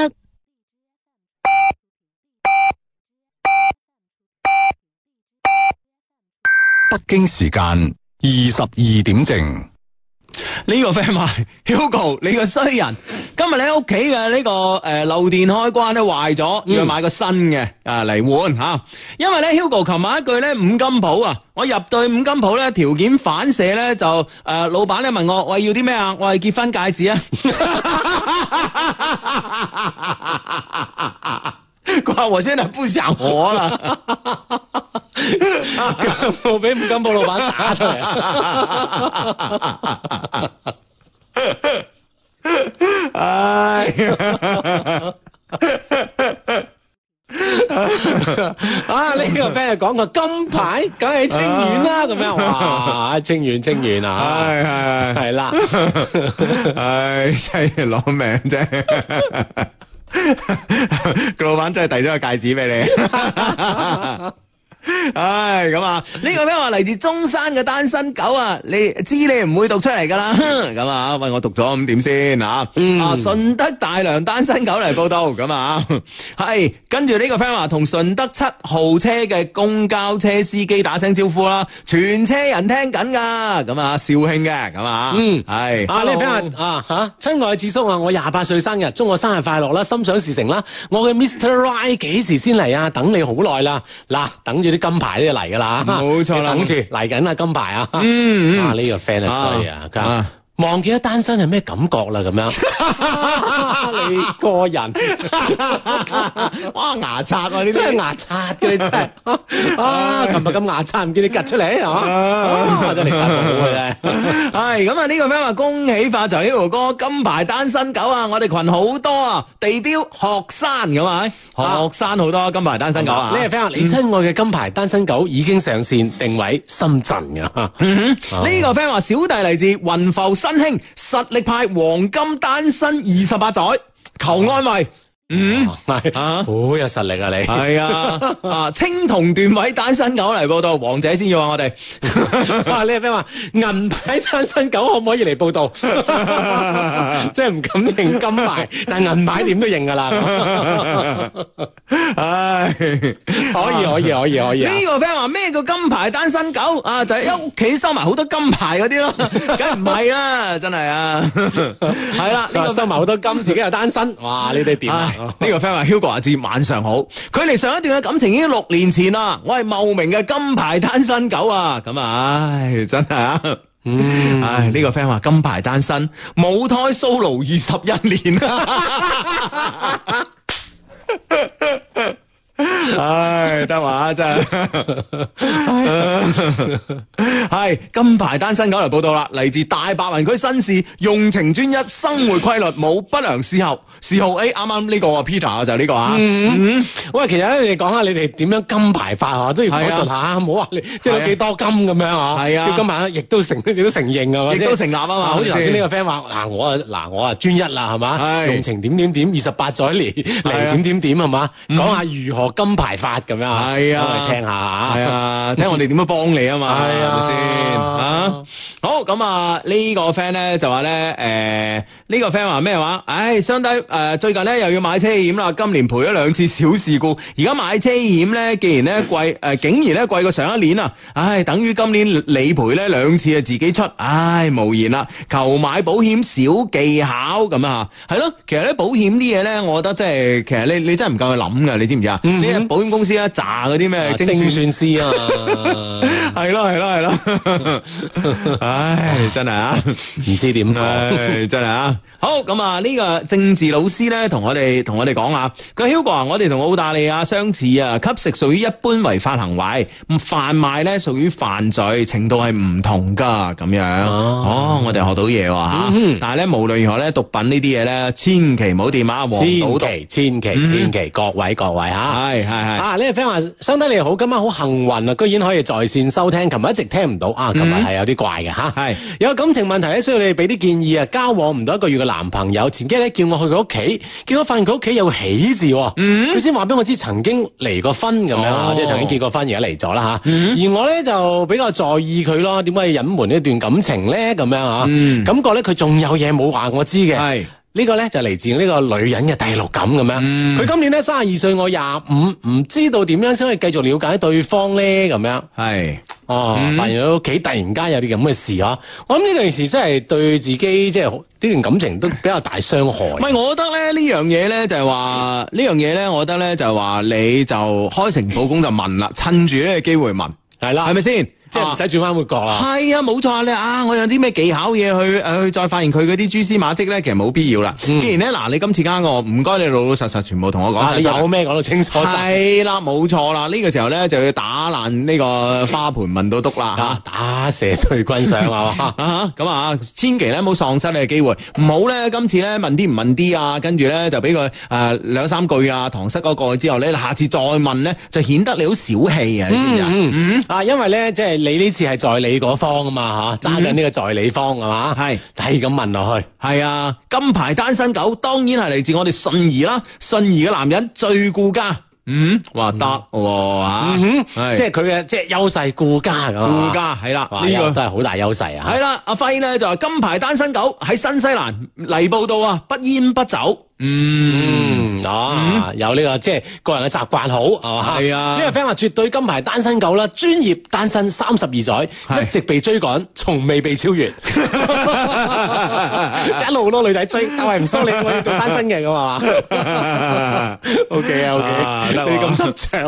E: 北京時間二十二點正。
A: 呢個 friend 話 Hugo 你個衰人，今日你喺屋企嘅呢個誒漏電開關咧壞咗，要買個新嘅啊嚟換嚇。因為咧 Hugo 琴晚一句咧五金鋪啊，我入對五金鋪咧條件反射咧就誒、呃老闆咧問我喂要啲咩啊，我係結婚戒指啊。 佢話我現在不想活啦。
C: 我俾五金鋪老闆打 出嚟啊。啊！呢、個 friend 就講個金牌，梗係清遠啦，咁樣哇！清遠清遠啊，
A: 係
C: 係啦，
A: 唉， 真系攞命啫！ 個老闆真係遞咗個戒指俾你。唉，咁啊，呢個咩話嚟自中山嘅單身狗啊，你知你唔會讀出嚟噶 啦，哼咁啊，喂，我讀咗咁點先啊？啊，順德大良單身狗嚟報道，咁啊，係跟住呢個 friend 話同順德七號車嘅公交車司機打聲招呼啦，全車人聽緊噶，咁啊，肇慶嘅，咁啊，
C: 嗯
A: 係
C: 啊！呢
A: Hello
C: 位朋友啊吓，親愛嘅智叔啊，我廿八歲生日，祝我生日快樂啦，心想事成啦！我嘅 Mr. Right 幾時先嚟啊？等你好耐啦！嗱，等住啲金牌都要嚟噶啦，
A: 冇錯啦
C: 你等住嚟緊啦金牌啊！
A: 嗯嗯
C: 啊呢個 friend 啊衰啊，佢話
A: 啊
C: 忘記咗單身係咩感覺啦咁 樣，你個人
A: 哇，牙刷啊呢啲。
C: 真係牙刷嘅 你真係啊！琴日咁牙刷唔見你趌出嚟啊！真係嚟刷寶嘅啫。
A: 系咁啊！呢個 friend 話恭喜發財，Hugo 哥金牌單身狗啊！我哋群好多啊，地標學山咁啊，學山好多金牌單身狗啊！
C: 呢個 friend 話你親愛嘅金牌單身狗已經上線定位深圳噶，
A: 呢個 friend 話小弟嚟自雲浮新興實力派黃金單身二十八載，求安慰。嗯，
C: 係
A: 啊
C: 好有實力啊你。
A: 係啊，啊青銅段位單身狗嚟報道，王者先要啊！我哋
C: 哇！呢個 friend 話銀牌單身狗可唔可以嚟報道？ 即係唔敢認 金牌，但銀牌點都認噶啦。
A: 唉，
C: 可以可以可以可以啊！
A: 呢個 friend 話咩叫金牌單身狗啊？就係喺屋企收埋好多金牌嗰啲咯，梗係唔係啦，真係啊，係啦，呢
C: 佢話
A: 個
C: 收埋好多金，自己又單身，哇！你哋點
A: 唉
C: 啊？
A: 呢個 friend 話 Hugo 阿志晚上好，距離上一段嘅感情已經六年前啦，我係茂名嘅金牌單身狗啊，咁啊，唉，真係啊。唉，呢、個 friend 話金牌單身，母胎 solo 二十一年啊！唉，得話真係， 係金牌單身狗嚟報道啦，嚟自大白雲區新市，用情專一，生活規律，冇不良嗜好。嗜好 A 啱啱呢個啊 Peter 啊就係呢個啊，
C: 嗯喂，其實咧，你哋講下你哋點樣金牌法啊，都要講述
A: 係
C: 下，唔好話你即係
A: 係啊
C: 有幾多金咁樣啊。
A: 係啊
C: 叫金牌亦都承，亦都承認啊，
A: 亦都成立啊嘛
C: 好似頭
A: 係咪
C: 先
A: 先
C: 呢個 friend 話，嗱我啊，嗱我啊專一啦，係嘛，
A: 係
C: 用情點點點，二十八載嚟
A: 係啊嗯
C: 嚟點點點係嘛，講下如何金牌法咁樣啊，
A: 係啊
C: 我哋聽下啊
A: 係。啊，睇我哋點樣幫你啊嘛，係
C: 係啊
A: 咪先啊？好咁啊，呢個 friend 咧就話咧，誒呢個 friend 話咩話？唉，相低誒最近咧又要買車險啦，今年賠咗兩次小事故，而家買車險咧，既然咧貴誒，竟然咧貴過上一年啊！唉，等於今年理賠咧兩次啊，自己出，啊唉，無言啦。求買保險小技巧咁啊，係咯，其實咧保險啲嘢咧，我覺得即係其實你你真係唔夠去諗噶，你知唔知啊？呢啲保險公司咧炸嗰啲咩
C: 啊
A: 精
C: 精
A: 算
C: 算師啊 嘛，
A: 系咯系咯系咯，唉，真系啊！
C: 唔知點講。
A: 唉，真系啊！好咁啊，呢個政治老師咧，同我哋同我哋講啊，佢 Hugo à, 啊，我哋同澳大利亞相似啊，吸食屬於一般違法行為，咁販賣咧屬於犯罪，程度係唔同噶咁樣。哦，我哋學到嘢喎吓，但係咧無論如何咧，毒品呢啲嘢咧，千祈唔好掂啊，黃賭毒，嗯
C: 千祈千祈千祈，各位各位吓。
A: 係係係。
C: 啊！呢個 friend 話：相低你好，今晚好幸運啊，居然可以在線收聽。琴日一直聽唔到啊，琴日係有啲怪嘅吓。
A: 嗯係
C: 有感情問題咧，需要你哋俾啲建議啊。交往唔到一個月嘅男朋友，前幾日咧叫我去佢屋企，結果發現佢屋企有個喜字喎，佢先話俾我知曾經離過婚咁樣啊
A: 嗯哦，嗯
C: 即係曾經結過婚而家離咗啦吓。而我咧就比較在意佢咯，點解要隱瞞呢段感情咧？咁樣啊，
A: 嗯
C: 感覺咧佢仲有嘢冇話我知嘅。
A: 係
C: 呢個咧就嚟自呢個女人嘅第六感咁樣。佢、
A: 嗯
C: 今年咧三十二歲，我廿五，唔知道點樣先可以繼續了解對方咧咁樣。
A: 係
C: 哦，
A: 嗯
C: 發現到屋企突然間有啲咁嘅事啊！我諗呢件事真係對自己即係好呢段感情都比較大傷害。
A: 唔係，我覺得咧呢樣嘢咧就係話呢樣嘢咧，我覺得咧就係話你就開誠佈公就問啦，趁住呢個機會問，
C: 係啦，
A: 係咪先？啊
C: 即係唔使轉彎抹角啦。
A: 係啊，冇錯啊！你啊，我有啲咩技巧嘢去誒去再發現佢嗰啲蛛絲馬跡咧，其實冇必要啦。既然咧嗱，你今次啱我，唔該你老老實實全部同我 講
C: 嗯啊，
A: 晒
C: 你
A: 出嚟
C: 有咩講到清楚晒？
A: 係啦，冇錯啦。呢、個時候咧就要打爛呢個花盆問到篤啦嚇。？
C: 啊，打蛇隨棍上啊！嘛
A: 啊咁啊，千祈咧唔好喪失你嘅機會，唔好咧今次咧問啲唔問啲啊，跟住咧就俾佢誒兩三句啊，搪塞嗰個之後咧，你下次再問咧就顯得你好小氣啊，你知唔知啊？
C: 嗯啊，因為咧，即係你呢次係在理嗰方啊嘛，吓揸緊呢個在理方係啊嘛，
A: 係
C: 就係咁問落去。
A: 係啊，金牌單身狗當然係嚟自我哋信義啦，信義嘅男人最顧家。嗯，哇得喎啊，
C: 嗯
A: 係
C: 哼，即係佢嘅即係優勢顧家咁啊
A: 顧家係啦，
C: 哇
A: 呢
C: 呢個
A: 個
C: 都係好大優勢啊！
A: 係啦，阿輝咧就話金牌單身狗喺新西蘭嚟報道啊，不煙不酒， 嗯。
C: 嗯，啊，有呢個即係個人嘅習慣好，係嘛？
A: 係啊
C: 呢個 friend 話絕對金牌單身狗啦，專業單身三十二載，
A: 係
C: 一直被追趕，從未 被超越，一路好多女仔追，就係唔收你，我要做單身嘅咁啊嘛。OK 啊
A: 啊得喎
C: OK，你咁執着。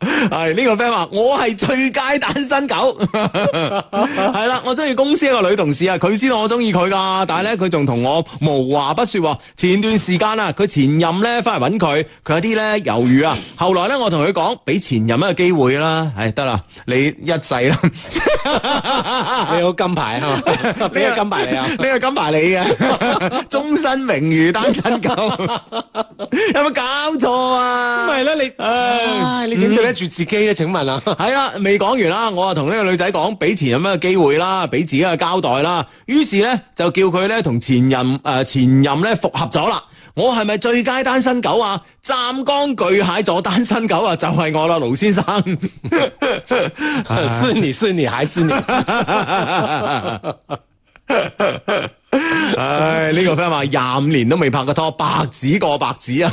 A: 系呢個 friend 話：我係最佳單身狗， 係啦，我中意公司一個女同事啊，佢知道我中意佢噶，但係咧佢仲同我無話不说喎。前段時間啊，佢前任咧翻嚟揾佢，佢有啲咧猶豫啊。後來咧我同佢講，俾前任一個機會啦，唉得啦，你一世 啦，
C: 你好金牌啊！ 俾個金牌你啊！
A: 呢個金牌你嘅， 終身榮譽單身狗， 有冇搞錯啊？
C: 咪啦，你唉你點對得住自己咧？請問啊，
A: 系啦，未講完啦，我啊同呢個女仔講，俾前任嘅啊機會啦，俾自己嘅交代啦。於是咧就叫佢咧同前任诶、呃前任咧復合咗啦。我係咪最佳單身狗啊？湛江巨蟹座單身狗啊，就係我啦，盧先生。
C: 孫你孫你還是你，
A: 唉，呢、個 friend 話廿五年都未拍過拖，白紙過白紙啊！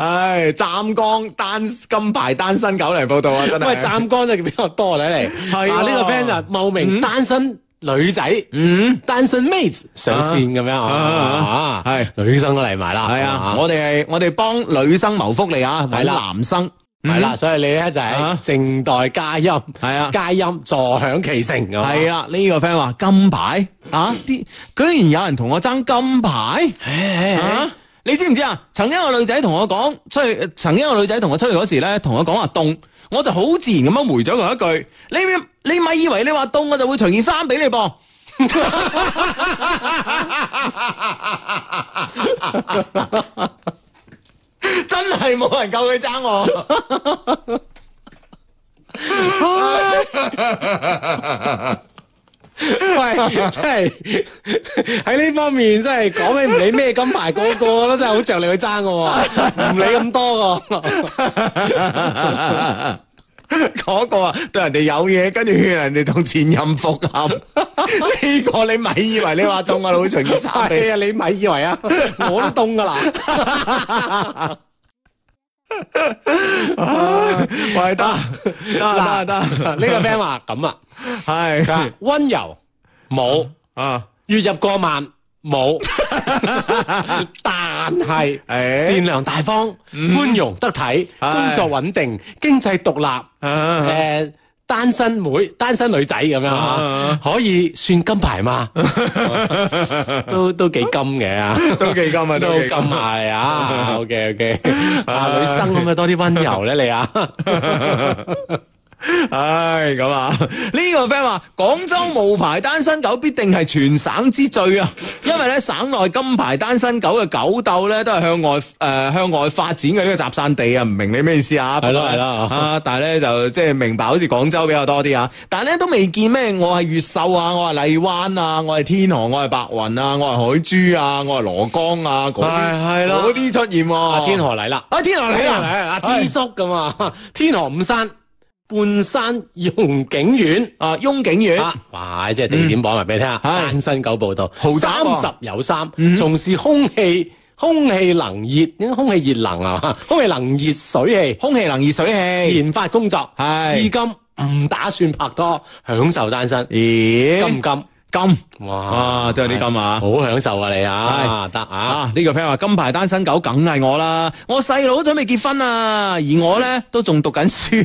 A: 唉，湛江單金牌單身狗嚟報道啊，真係。
C: 喂，湛江就比較 多咧你。
A: 係嗯喎
C: 啊，呢個 friend 就茂名單身女仔，
A: 嗯，
C: 單身妹子上線咁樣
A: 啊
C: 啊，
A: 係
C: 女生都嚟埋啦，
A: 係啊，我哋系我哋幫女生謀福利啊，揾
C: 係啦
A: 男生。
C: 係啦，所以你咧就係
A: 啊
C: 靜待佳音，
A: 係啊
C: 佳音坐享其成咁啊，
A: 系啦，呢、個个 friend 話金牌啊，啲居然有人同我爭金牌啊！你知唔知啊？曾經有個女仔同我講出去，曾經有個女仔同我出去嗰時咧，同我講話凍，我就好自然咁樣回咗佢一句：你你咪以為你話凍，我就會除件衫俾你噃。 真係冇人夠佢爭我。
C: 喂，真係喺呢方面真係講起唔理咩金牌，個個都真係好着力去爭嘅喎，唔理咁多 嘅。
A: 嗰個啊，對人哋有嘢，跟住勸人哋同前任復合。呢個你咪以為你話凍啊，老秦衫
C: 係
A: 你。
C: 啊，你咪以為啊，我都凍㗎啦。
A: 喂，得 得得
C: 呢
A: 得，
C: 個 friend 話咁啊，佢話
A: 係
C: 温柔冇，
A: 啊，
C: 月入過萬冇， 但係
A: 誒
C: 善良大方、寬容得體、
A: 係
C: 工作穩定、經濟獨立，
A: 啊
C: 誒單身妹、單身女仔咁樣
A: 啊
C: 嚇，可以算金牌 嘛？都都幾金嘅啊！
A: 都幾金啊，
C: 都
A: 都幾
C: 金
A: 金啊。
C: 下 你啊，OK OK，啊女生可唔可以多啲温柔咧你 啊？
A: 唉，咁啊，呢個 friend 話廣州無牌單身狗必定係全省之最啊，因為咧省內金牌單身狗嘅狗竇咧都係向外誒、呃向外發展嘅呢個集散地啊，唔明你咩意思啊？
C: 係咯係咯
A: 啊，但係咧就即係明白，好似廣州比較多啲啊，但係咧都未見咩，我係越秀啊，我係荔灣啊，我係天河，我係白雲啊，我係海珠啊，我係羅江啊，嗰啲
C: 係係啦
A: 嗰啲出現喎、
C: 啊天河嚟啦，
A: 啊天河嚟
C: 天河
A: 啦
C: 嚟，啊支叔咁啊，天河五山半山榕景苑。
A: 啊雍景苑。
C: 啊！哇！即係地點講埋俾你聽啊！
A: 係
C: 單身狗報道，
A: 豪宅
C: 三
A: 喎
C: 十有三，從事空氣空氣能熱，應該空氣熱能啊， 空氣能熱水
A: 空氣能熱水
C: 器
A: 器，
C: 研發工作，
A: 係
C: 至今唔打算拍拖，享受單身，
A: 咦
C: 金唔金？
A: 金
C: 哇
A: 啊都有啲金啊
C: 好享受啊你啊，得啊，
A: 啊！呢、個 friend 話金牌單身狗梗係我啦，我細佬準備結婚啊，而我 咧都仲讀緊書，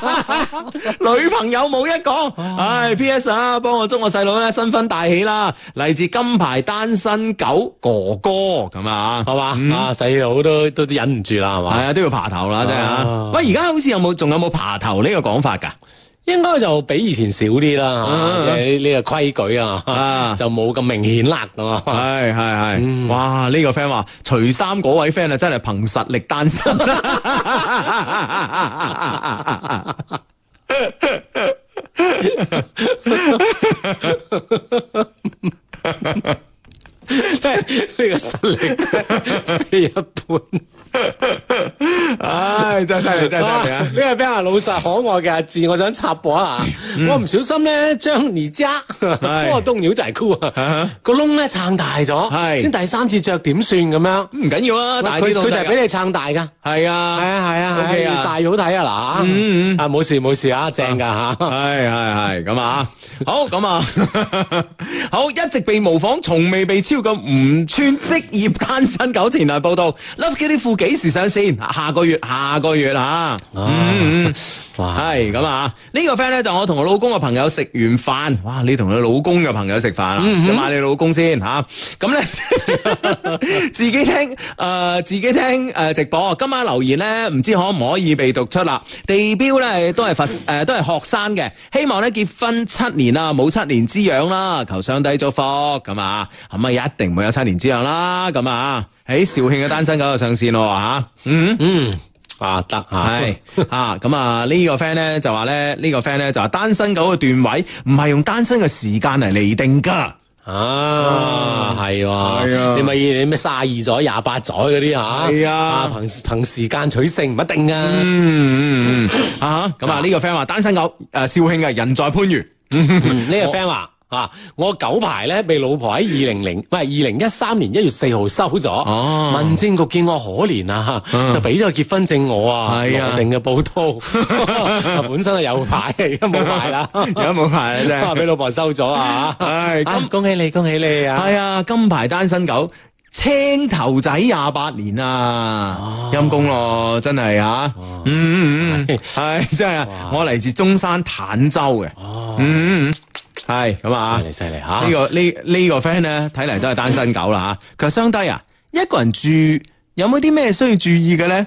A: 女朋友冇一個。唉，P.S. 啊，幫我祝我細佬咧新婚大喜啦！嚟自金牌單身狗哥哥咁啊，
C: 係嘛，啊細佬都都忍唔住啦，係
A: 係
C: 嘛，
A: 啊，都要爬頭啦，真係啊
C: 啊！
A: 喂，而家好似有冇仲有冇爬頭呢個講法㗎？
C: 應該就比以前少啲啦，
A: 啊
C: 係嘛即係呢個規矩
A: 啊
C: 啊， 就冇咁明顯啦，咁啊。
A: 系系
C: 嗯
A: 系，哇！呢、個 friend 話除衫嗰位 friend 啊，真係憑實力單身。
C: 呢個實
A: 啊
C: 力非一般。
A: 唉，真系犀利，真系犀利
C: 哇
A: 啊！
C: 呢個比較老實可愛嘅阿志，我想插播一下，
A: 嗯
C: 我唔小心咧將而家嗰個冬鳥仔褲啊個窿咧撐大咗，
A: 係
C: 先第三次着點算咁樣？
A: 唔緊要啊，大
C: 佢佢
A: 啲
C: 就係俾你撐大㗎。
A: 你係啊，
C: 系啊系啊
A: OK
C: 係
A: 啊
C: 啊，大好睇啊嗱，
A: 嗯嗯
C: 啊冇事冇事啊，正噶吓。
A: 係係係咁啊，好咁啊， 好一直被模仿，從未被超過，唔穿職業單身狗前來報道，Love Q 啲褲幾時上線？下個月，下個月啊，嗯嗯
C: 哇
A: 係咁啊！呢個 friend 咧就我同我老公嘅朋友食完飯，哇！你同你老公嘅朋友食飯啊？你買你老公先吓，咁咧 自己聽诶，自己聽诶直播。今晚留言咧，唔知可唔可以被讀出啦？地標咧都係佛诶，都係學生嘅，希望咧結婚七年啊，冇七年之癢啦，求上帝祝福咁啊！咁啊，一定唔會有七年之癢啦，咁啊！喺肇慶嘅單身狗就上線咯吓，嗯。
C: 嗯，啊得啊，
A: 系 啊，咁啊呢個 friend 咧就話咧呢個 friend 咧就話單身狗嘅段位唔係用單身嘅時間嚟嚟定㗎。
C: 啊係
A: 係啊
C: 喎，你咪你咩卅二咗廿八咗嗰啲吓，
A: 係啊
C: 憑憑時間取勝唔一定啊。
A: 嗯嗯嗯啊，咁啊呢個 friend 話單身狗诶肇慶嘅人在番禺。
C: 嗯呢個 friend 話。啊！我九排咧被老婆喺二零零，唔係二零一三年一月四號收咗。
A: 哦
C: 民政局見我可憐啊，就俾咗個結婚證我啊，
A: 係啊
C: 羅定嘅報 到，本身係有牌，而家冇牌 啦。
A: 有冇排
C: 真係俾老婆收咗 啊！
A: 唉
C: 啊
A: 金
C: 恭喜你，恭喜你啊！
A: 係啊，金牌單身狗。青頭仔廿八年啊，陰公咯，真係啊，嗯嗯嗯，係真係啊，我嚟自中山坦洲嘅，嗯嗯嗯，係咁啊
C: 犀，利犀利吓
A: 呢、，個呢呢、個 friend 咧，睇嚟都係單身狗啦吓。佢話相低啊，一個人住有冇啲咩需要注意嘅 咧？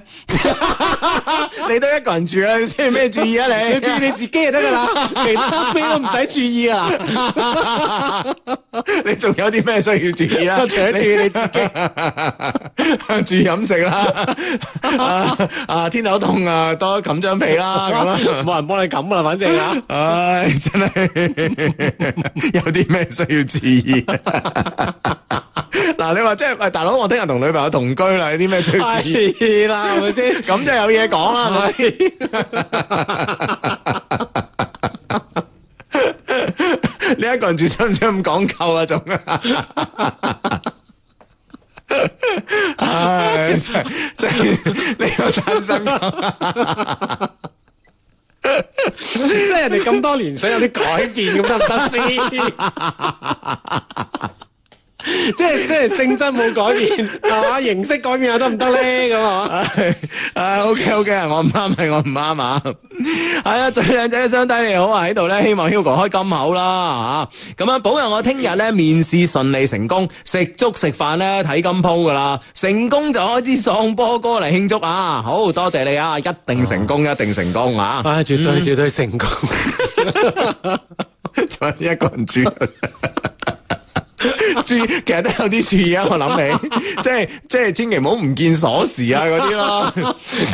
A: 你都一個人住啊，你需要咩注意啊？你
C: 你注意你自己就得噶啦，其他咩都唔使注意啊！
A: 你仲有啲咩需要注意啊？
C: 除咗注意你自
A: 注
C: 己，
A: 意飲食 啦，啊啊天口凍啊，多冚張被啦咁啊啦。
C: 冇人幫你冚啦，反正啊，
A: 唉，真系 有啲咩需要注意？ 嗱，你話即係喂，大佬，我聽日同女朋友同居啦，有啲咩需要注意？
C: 係啦，係咪先？
A: 咁就有嘢講啦，係咪先？ 你一個人住使唔使咁講究啊？仲 唉，真係真係呢個單身狗
C: 即係人哋咁多年想有啲改變咁得唔得先？ 即係雖然性質冇改 變，係嘛形式改變下得唔得咧？咁啊，
A: 啊，OK OK，我唔啱係我唔啱啊！系啊，最靚仔嘅雙低你好啊，喺度咧，希望 Hugo 開金口啦吓，咁啊，保佑我聽日咧面試順利成功，食粥食飯咧睇金鋪噶啦，成功就開支喪波歌嚟慶祝啊！好多謝你啊，一定成功，一定成功啊！
C: 啊，絕對絕對成功，
A: 仲有一個人 住。注意，其實都有啲注意啊！我諗 起，即係即係千祈唔好唔見鎖匙啊嗰啲咯。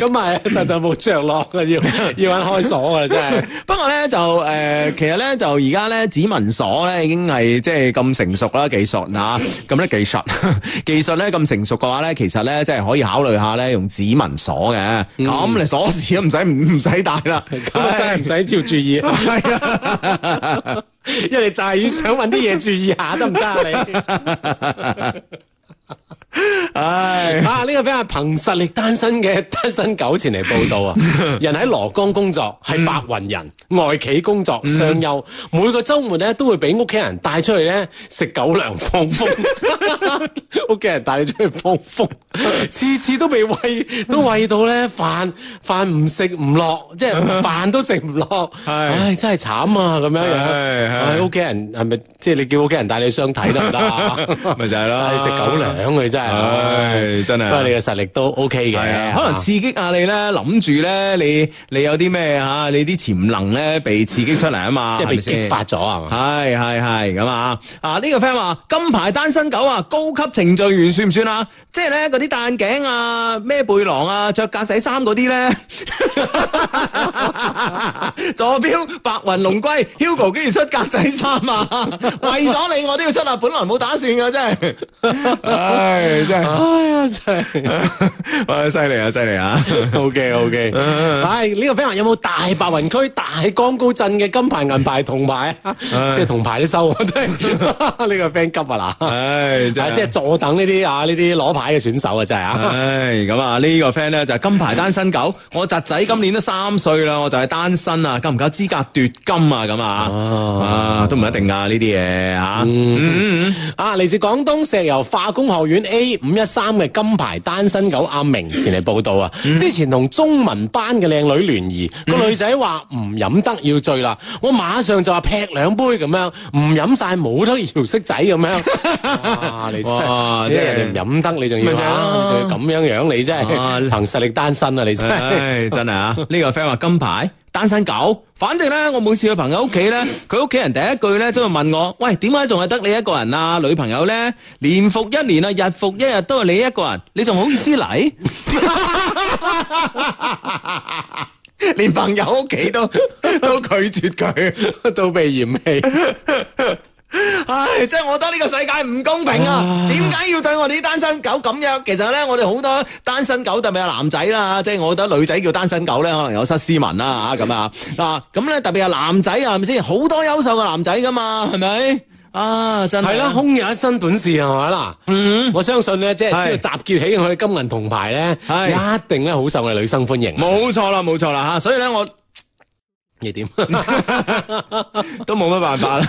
C: 咁咪實在冇着落啊！ 要要揾開鎖啊！真係。
A: 不過咧就誒、呃其實咧就而家咧指紋鎖咧已經係即係咁成熟啦技術啊，咁咧技術 技術咧咁成熟嘅話咧，其實咧即係可以考慮下咧用指紋鎖嘅，咁、你鎖匙都唔使唔唔使帶啦，
C: 嗯咁啊真係唔使照注意，
A: 係啊。
C: 因為你就係要想揾啲嘢注意下，得唔得啊你？
A: 唉，
C: 啊！呢、個俾阿憑實力單身嘅 單身狗前嚟報 道啊！人喺羅江工作，係白雲人，外企工作，上休，每個週末咧都會俾屋企人帶出去咧食狗糧放風， 屋企人帶你出去放風， 嗯次次都被喂都喂到咧飯飯唔食唔落，即 係飯都食唔落，唉真係慘啊咁樣樣，
A: 係係
C: 唉屋企人係咪即係你叫屋企人帶你去相睇得唔得啊？
A: 咪就係咯
C: 帶你食狗糧佢真係
A: 唉，真
C: 不過你
A: 係。
C: 嘅實力都 OK
A: 係
C: 嘅，
A: 啊，可能刺激下你咧，諗住咧，你你有啲咩吓，你啲潛能咧被刺激出嚟啊嘛，
C: 即係被
A: 係咪先
C: 激發咗係嘛？
A: 系系系咁啊！啊呢、個 friend 話金牌單身狗啊，高級程序員算唔算啊？即係咧嗰啲戴眼鏡啊、咩背囊啊、着格仔衫嗰啲咧， 坐標白雲龍龜 Hugo 竟然出格仔衫啊！ 為咗你我都要出啊，本來冇打算噶，真係，唉真 係，
C: 哎呀，真係
A: 唉犀利啊犀利啊！
C: OK OK，唉，呢個 friend 話有冇大白雲區大江高鎮嘅金牌、銀牌、銅牌啊？即係銅牌都收，啊真係 呢個 friend 急啊嗱！
A: 唉
C: 啊，即係坐等呢啲啊，呢啲攞牌嘅選手啊，真係啊！
A: 唉，咁啊，呢個 friend 咧就係金牌單身狗，我侄仔今年都三歲啦，我就係單身啊，夠唔夠資格奪金啊？咁
C: 哦
A: 啊，啊，都唔一定噶呢啲嘢啊。嗯嗯
C: 啊，嚟自廣東石油化工學院 A 五一三嘅金牌單身狗阿明前嚟報道啊，
A: 嗯
C: 之前同中文班嘅靚女聯誼，個女仔話唔飲得要醉啦，我馬上就話劈兩杯咁樣，唔飲晒冇得搖骰仔 咁樣。哇！你真
A: 哇
C: 係，即係人哋唔飲得，你仲
A: 咪
C: 要
A: 就係
C: 啊
A: 咯
C: 你仲要咁樣樣，你真
A: 啊
C: 係憑實力單身啊！你真 係。
A: 唉，真係啊！呢個 friend 話金牌單身狗，反正咧我每次去朋友屋企咧，佢屋企人第一句咧都會問我：，喂，點解仲係得你一個人啊？女朋友咧年復一年啊，日復一日都係你一個人，你仲好意思嚟？連朋友屋企都都拒絕佢。
C: 都被嫌棄，
A: 唉，即系我覺得呢個世界唔公平啊！點解要對我哋啲單身狗咁樣？其實咧，我哋好多單身狗，特別係男仔啦，即係我覺得女仔叫單身狗咧，可能有失斯文啦吓咁啊啊！咁咧特別係男仔啊，係咪先？好多優秀嘅男仔噶嘛，係咪？啊，真係
C: 係啦，空有一身本事係咪啦？
A: 嗯，
C: 我相信咧，即係只要集結起我哋金銀銅牌咧，
A: 係
C: 一定咧好受我哋女生歡迎。啊
A: 冇錯啦，冇錯啦啊吓，所以咧我。
C: 你點？
A: 都冇乜辦法啦，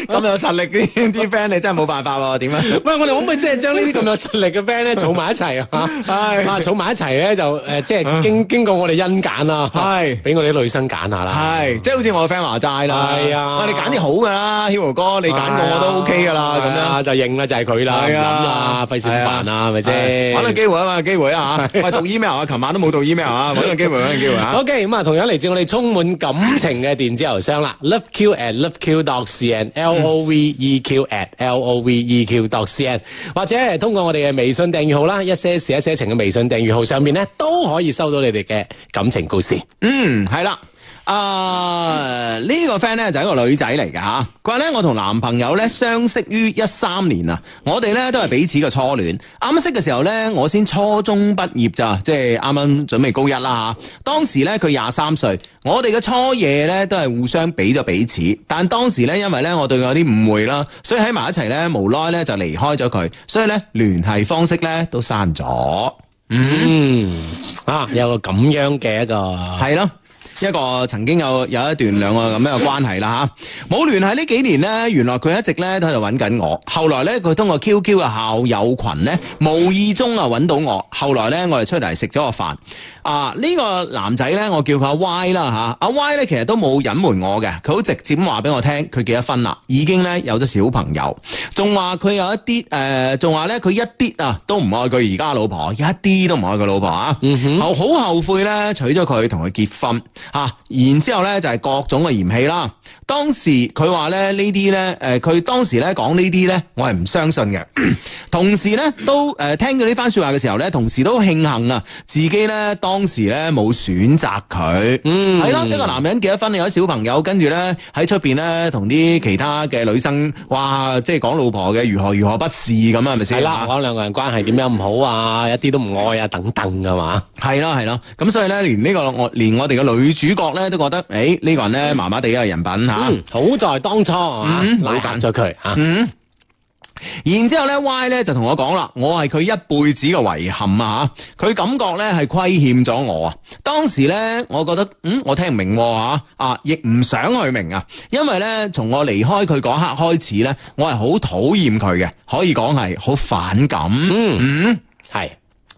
A: 咁有實力啲啲 friend 你真係冇辦法喎，點啊？
C: 喂，我哋可唔可以即係將呢啲咁有實力嘅 friend 咧，儲埋一齊啊？
A: 係
C: 啊，儲埋一齊咧就誒，即係經經過我哋甄揀啦，
A: 係
C: 俾我哋啲女生揀下啦。
A: 系，即係好似我個 friend 話齋啦，
C: 啊係啊
A: 喂你揀啲好噶啦，Hugo 哥，你揀過我都 OK 噶啦，咁樣。
C: 樣就認啦，就係佢啦，唔
A: 係
C: 諗啦，費事咁煩啊啦，係咪先？
A: 揾個機會啊嘛，機會 啊嚇！喂，讀 email 啊，琴晚都冇讀 email 啊，揾個機會，揾個機會啊！
C: OK，咁啊，同樣嚟自我哋充滿感情嘅電子郵箱啦，loveq at loveq dot cn，l o v e q at l o v e q dot cn，或者係通過我哋嘅微信訂閱號啦，一些事一些情嘅微信訂閱號上面咧，都可以收到你哋嘅感情故事。
A: 嗯，係啦。啊！呢個 friend 咧就係一個女仔嚟㗎嚇，佢話咧我同男朋友咧相識於一三年啊，我哋咧都係彼此嘅初戀。啱識嘅時候咧，我先初中畢業咋，即係啱啱準備高一啦嚇。當時咧佢廿三歲，我哋嘅初夜咧都係互相俾咗彼此，但當時咧因為咧我對佢有啲誤會啦，所以喺埋一齊咧無奈咧就離開咗佢，所以咧聯繫方式咧都刪咗。
C: 嗯，啊，有個咁樣嘅一個
A: 系咯。一個曾經有有一段兩個咁樣嘅關係啦吓，冇聯繫呢幾年呢，原來佢一直咧都喺度揾緊我。後來呢，佢通過 QQ 嘅校友群呢，無意中啊揾到我。後來呢，我哋出嚟食咗個飯。啊，呢、個男仔呢，我叫佢阿 Y 啦吓，阿 Y 呢，其實都冇隱瞞我嘅，佢好直接咁話俾我聽，佢結咗婚啦，已經呢有咗小朋友，仲話佢有一啲誒，呃仲話呢，佢一啲啊都唔愛佢而家老婆，一啲都唔愛佢老婆啊。
C: 嗯
A: 後好後悔咧，娶咗佢同佢結婚嚇、啊然之後咧就係、各種嘅嫌棄啦。當時佢話咧呢啲咧，誒佢、當時咧講呢啲咧，我係唔相信嘅。 同時咧都誒、呃、聽到呢番説話嘅時候咧，同時都慶幸啊，自己咧當時咧冇選擇佢。嗯，係啦，一個男人結咗婚，有咗小朋友，跟住咧喺出邊咧同啲其他嘅女生，哇，即係講老婆嘅如何如何不是咁啊，係咪先？
C: 係啦，
A: 啊
C: 講兩個人關係點樣唔好啊，一啲都唔愛啊，等等噶嘛。
A: 系啦系啦，咁所以咧，連呢、個我連我哋嘅女主角咧都覺得，诶、呢、個人咧麻麻地嘅人品吓。
C: 嗯，好在當初啊，
A: 嗯
C: 拉減咗佢啊。
A: 然之後咧，Y 咧就同我講啦，我係佢一輩子嘅遺憾啊！佢感覺咧係虧欠咗我啊！當時咧，我覺得嗯，我聽唔明喎啊，啊，亦唔想去明啊，因為咧，從我離開佢嗰刻開始咧，我係好討厭佢嘅，可以講係好反感。
C: 嗯，係。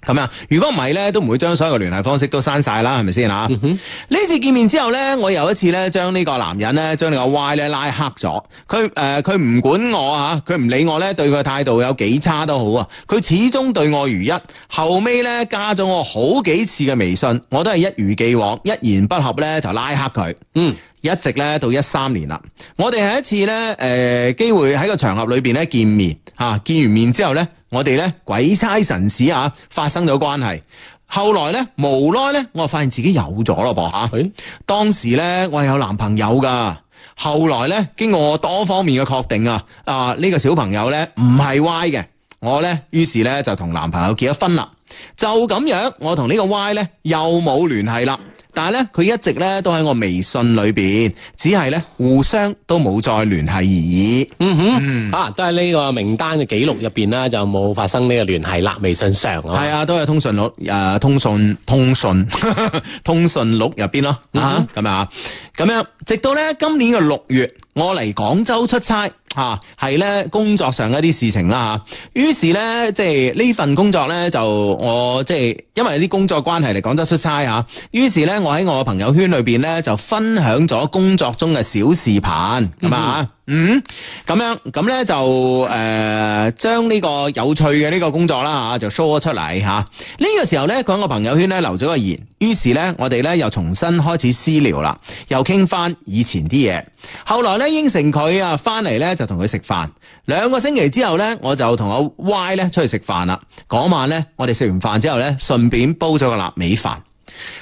A: 咁啊，如果唔係咧，都唔會將所有嘅聯繫方式都刪晒啦，係咪先啊？呢、次見面之後咧，我有一次咧，將呢個男人咧，將呢個 Y 咧拉黑咗。佢誒，佢、唔管我啊，佢唔理我咧，對佢態度有幾差都好啊，佢始終對我如一。後尾咧加咗我好幾次嘅微信，我都係一如既往，一言不合咧就拉黑佢。嗯。一直咧到一三年啦，我哋係一次咧誒、呃、機會喺個場合裏邊咧見面嚇、啊見完面之後咧，我哋咧鬼差神使啊發生咗關係。後來咧，無奈咧，我發現自己有咗咯噃啊嚇。
C: 誒
A: 當時咧，我係有男朋友噶。後來咧，經過我多方面嘅確定啊，啊、呢、個小朋友咧唔係歪嘅，我咧於是咧就同男朋友結咗婚啦。就咁樣，我同呢個 Y 咧又冇聯繫啦。但係咧，佢一直咧都喺我微信裏邊，只係咧互相都冇再聯繫而已。
C: 嗯哼，啊，都喺呢個名單嘅記錄入邊啦，就冇發生呢個聯繫啦，微信上啊嘛。
A: 係啊，都有通訊錄诶、呃通訊通訊 通訊錄入邊咯，啊咁啊，咁樣直到咧今年嘅六月，我嚟廣州出差吓，係咧工作上一啲事情啦吓，於是咧即係呢份工作咧就我即係因為啲工作關係嚟廣州出差吓，於是咧我喺我朋友圈裏邊咧就分享咗工作中嘅小視頻咁啊。嗯，咁樣咁咧就誒將呢個有趣嘅呢個工作啦啊嚇，就 show 咗出嚟嚇。啊呢、個時候咧，佢喺我朋友圈咧留咗個言，於是咧我哋咧又重新開始私聊啦，又傾翻以前啲嘢。後來咧應承佢啊，翻嚟咧就同佢食飯。兩個星期之後咧，我就同阿 Y 咧出去食飯啦。嗰晚咧，我哋食完飯之後咧，順便煲咗個臘味飯。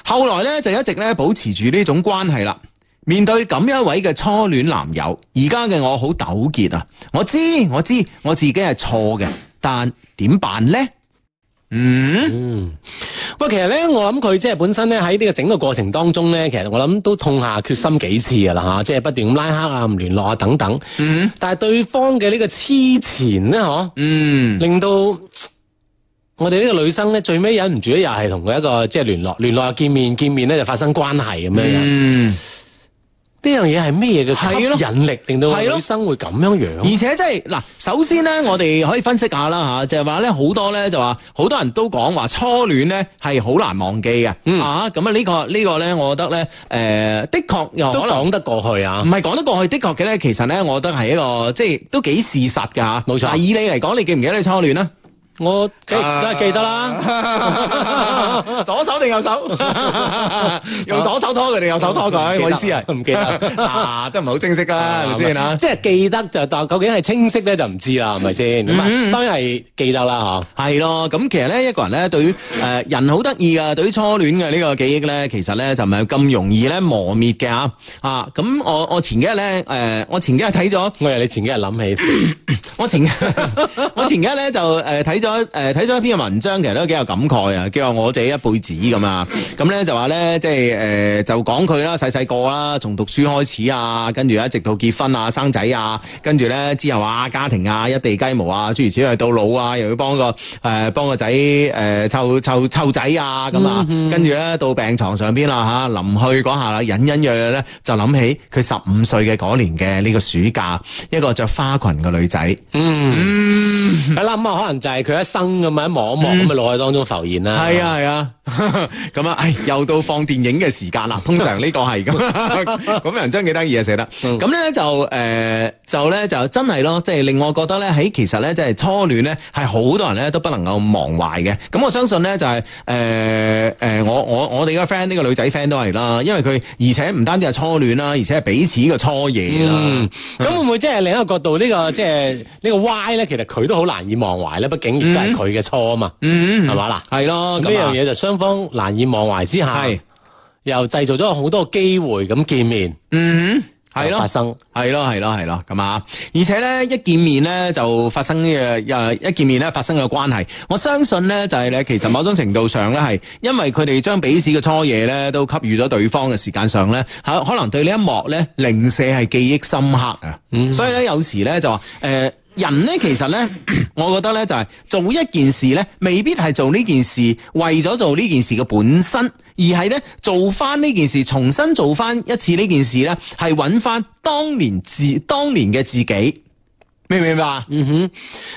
A: 後來咧就一直咧保持住呢種關係啦。面對咁樣一位嘅初戀男友，而家嘅我好糾結啊！我知我知我自己係錯嘅，但點辦呢？嗯，
C: 喂，其實咧，我諗佢即係本身咧喺呢個整個過程當中咧，其實我諗都痛下決心幾次噶啦吓，即係不斷咁拉黑啊、唔聯絡啊等等。嗯，但係對方嘅呢個痴纏咧，嗬，
A: 嗯，
C: 令到嘖我哋呢個女生咧最尾忍唔住咧，又係同佢一個即係聯絡，聯絡又見面，見面咧就發生關係咁樣樣。呢
A: 嗯。
C: 樣嘢係咩嘢
A: 係咯
C: 嘅吸引力，令到
A: 係咯
C: 女生會咁樣樣？
A: 而且即係嗱，首先咧，我哋可以分析下啦吓，就係話咧好多咧就話，好多人都講話初戀咧係好難忘記嘅、啊，咁啊呢個呢個咧，我覺得咧誒、呃的確又
C: 都
A: 可能
C: 講得過去啊
A: 唔。係講得過去，的確嘅咧，其實咧，我覺得係一個即係都幾事實㗎吓。
C: 冇錯
A: 但以你嚟講，你記唔記得你初戀啊咧？
C: 我梗
A: 啊
C: 係梗係記得啦。
A: 左手定右 手？用左手拖佢定右手拖佢？我意思係
C: 唔記 得。
A: 啊，都唔係好清晰啦，係咪先啊？
C: 即係記得就，但究竟係清晰咧就唔知啦，係咪先？咁
A: 嗯
C: 啊，當然係記得啦，
A: 係咯，咁其實咧，一個人咧對於誒、呃人好得意噶，對於初戀嘅呢個記憶咧，其實咧就唔係咁容易咧磨滅嘅嚇啊！咁我我前幾日咧誒，我前幾日睇咗。
C: 嗬。我由你前幾日 諗起，
A: 我前我前幾日咧就誒睇咗誒睇咗一篇嘅文章，其實都幾有感慨啊，叫做我這一輩子咁啊。咁咧就話咧，即係誒、呃就講佢啦，細細個啦，從讀書開始啊，跟住一直到結婚啊、生仔啊，跟住咧之後啊，家庭啊，一地雞毛啊，諸如此類，到老啊，又要幫個誒、呃、幫個仔呃誒湊湊湊仔啊咁啊，跟住咧到病床上邊啦嚇，臨去嗰下啦，隱隱約約咧就諗起佢十五歲嘅嗰年嘅呢個暑假，一個着花裙嘅女仔。
C: 係啦咁啊，可能就係佢一生咁啊樣一望一望咁嘅腦海當中浮現啦。
A: 系，嗯啊系啊， 咁啊，唉，又到放電影嘅時 間啦。通常呢個係咁， 咁人章幾得意啊寫得。
C: 嗯
A: 咁咧就诶，就咧就真係咯，即係令我覺得咧，喺其實咧，即係初戀咧，係好多人咧都不能夠忘懷嘅。咁我相信咧就係诶诶，我我我哋嘅 friend 呢個女仔 friend 都係啦，因為佢而且唔單止係初戀啦，而且係彼此嘅初夜啦
C: 嗯。，咁會唔會即係另一個角度呢個即係呢個 Y 咧？其實佢都好難以忘懷咧，畢竟亦都係佢嘅錯啊嘛，
A: 嗯
C: 係嘛啦？
A: 係咯，
C: 咁
A: 咁
C: 呢
A: 啊
C: 樣嘢就雙方難以忘懷之下
A: 係，
C: 又製造咗好多機會咁見面，
A: 嗯，係
C: 就
A: 咯
C: 發。生。
A: 系咯系咯系咯咁啊！而且咧一見面咧就發生呢個誒一見面咧發生嘅關係，我相信咧就係咧其實某種程度上咧係因為佢哋將彼此嘅初夜咧都給予咗對方嘅時間上咧，可可能對呢一幕咧零舍係記憶深刻啊！所以咧有時咧就話誒。呃人咧，其實咧， 我覺得咧就係、做一件事咧，未必係做呢件事為咗做呢件事嘅本身，而係咧做翻呢件事，重新做翻一次呢件事咧，係揾翻當年自當年嘅自己。明唔明白？啊
C: 嗯哼，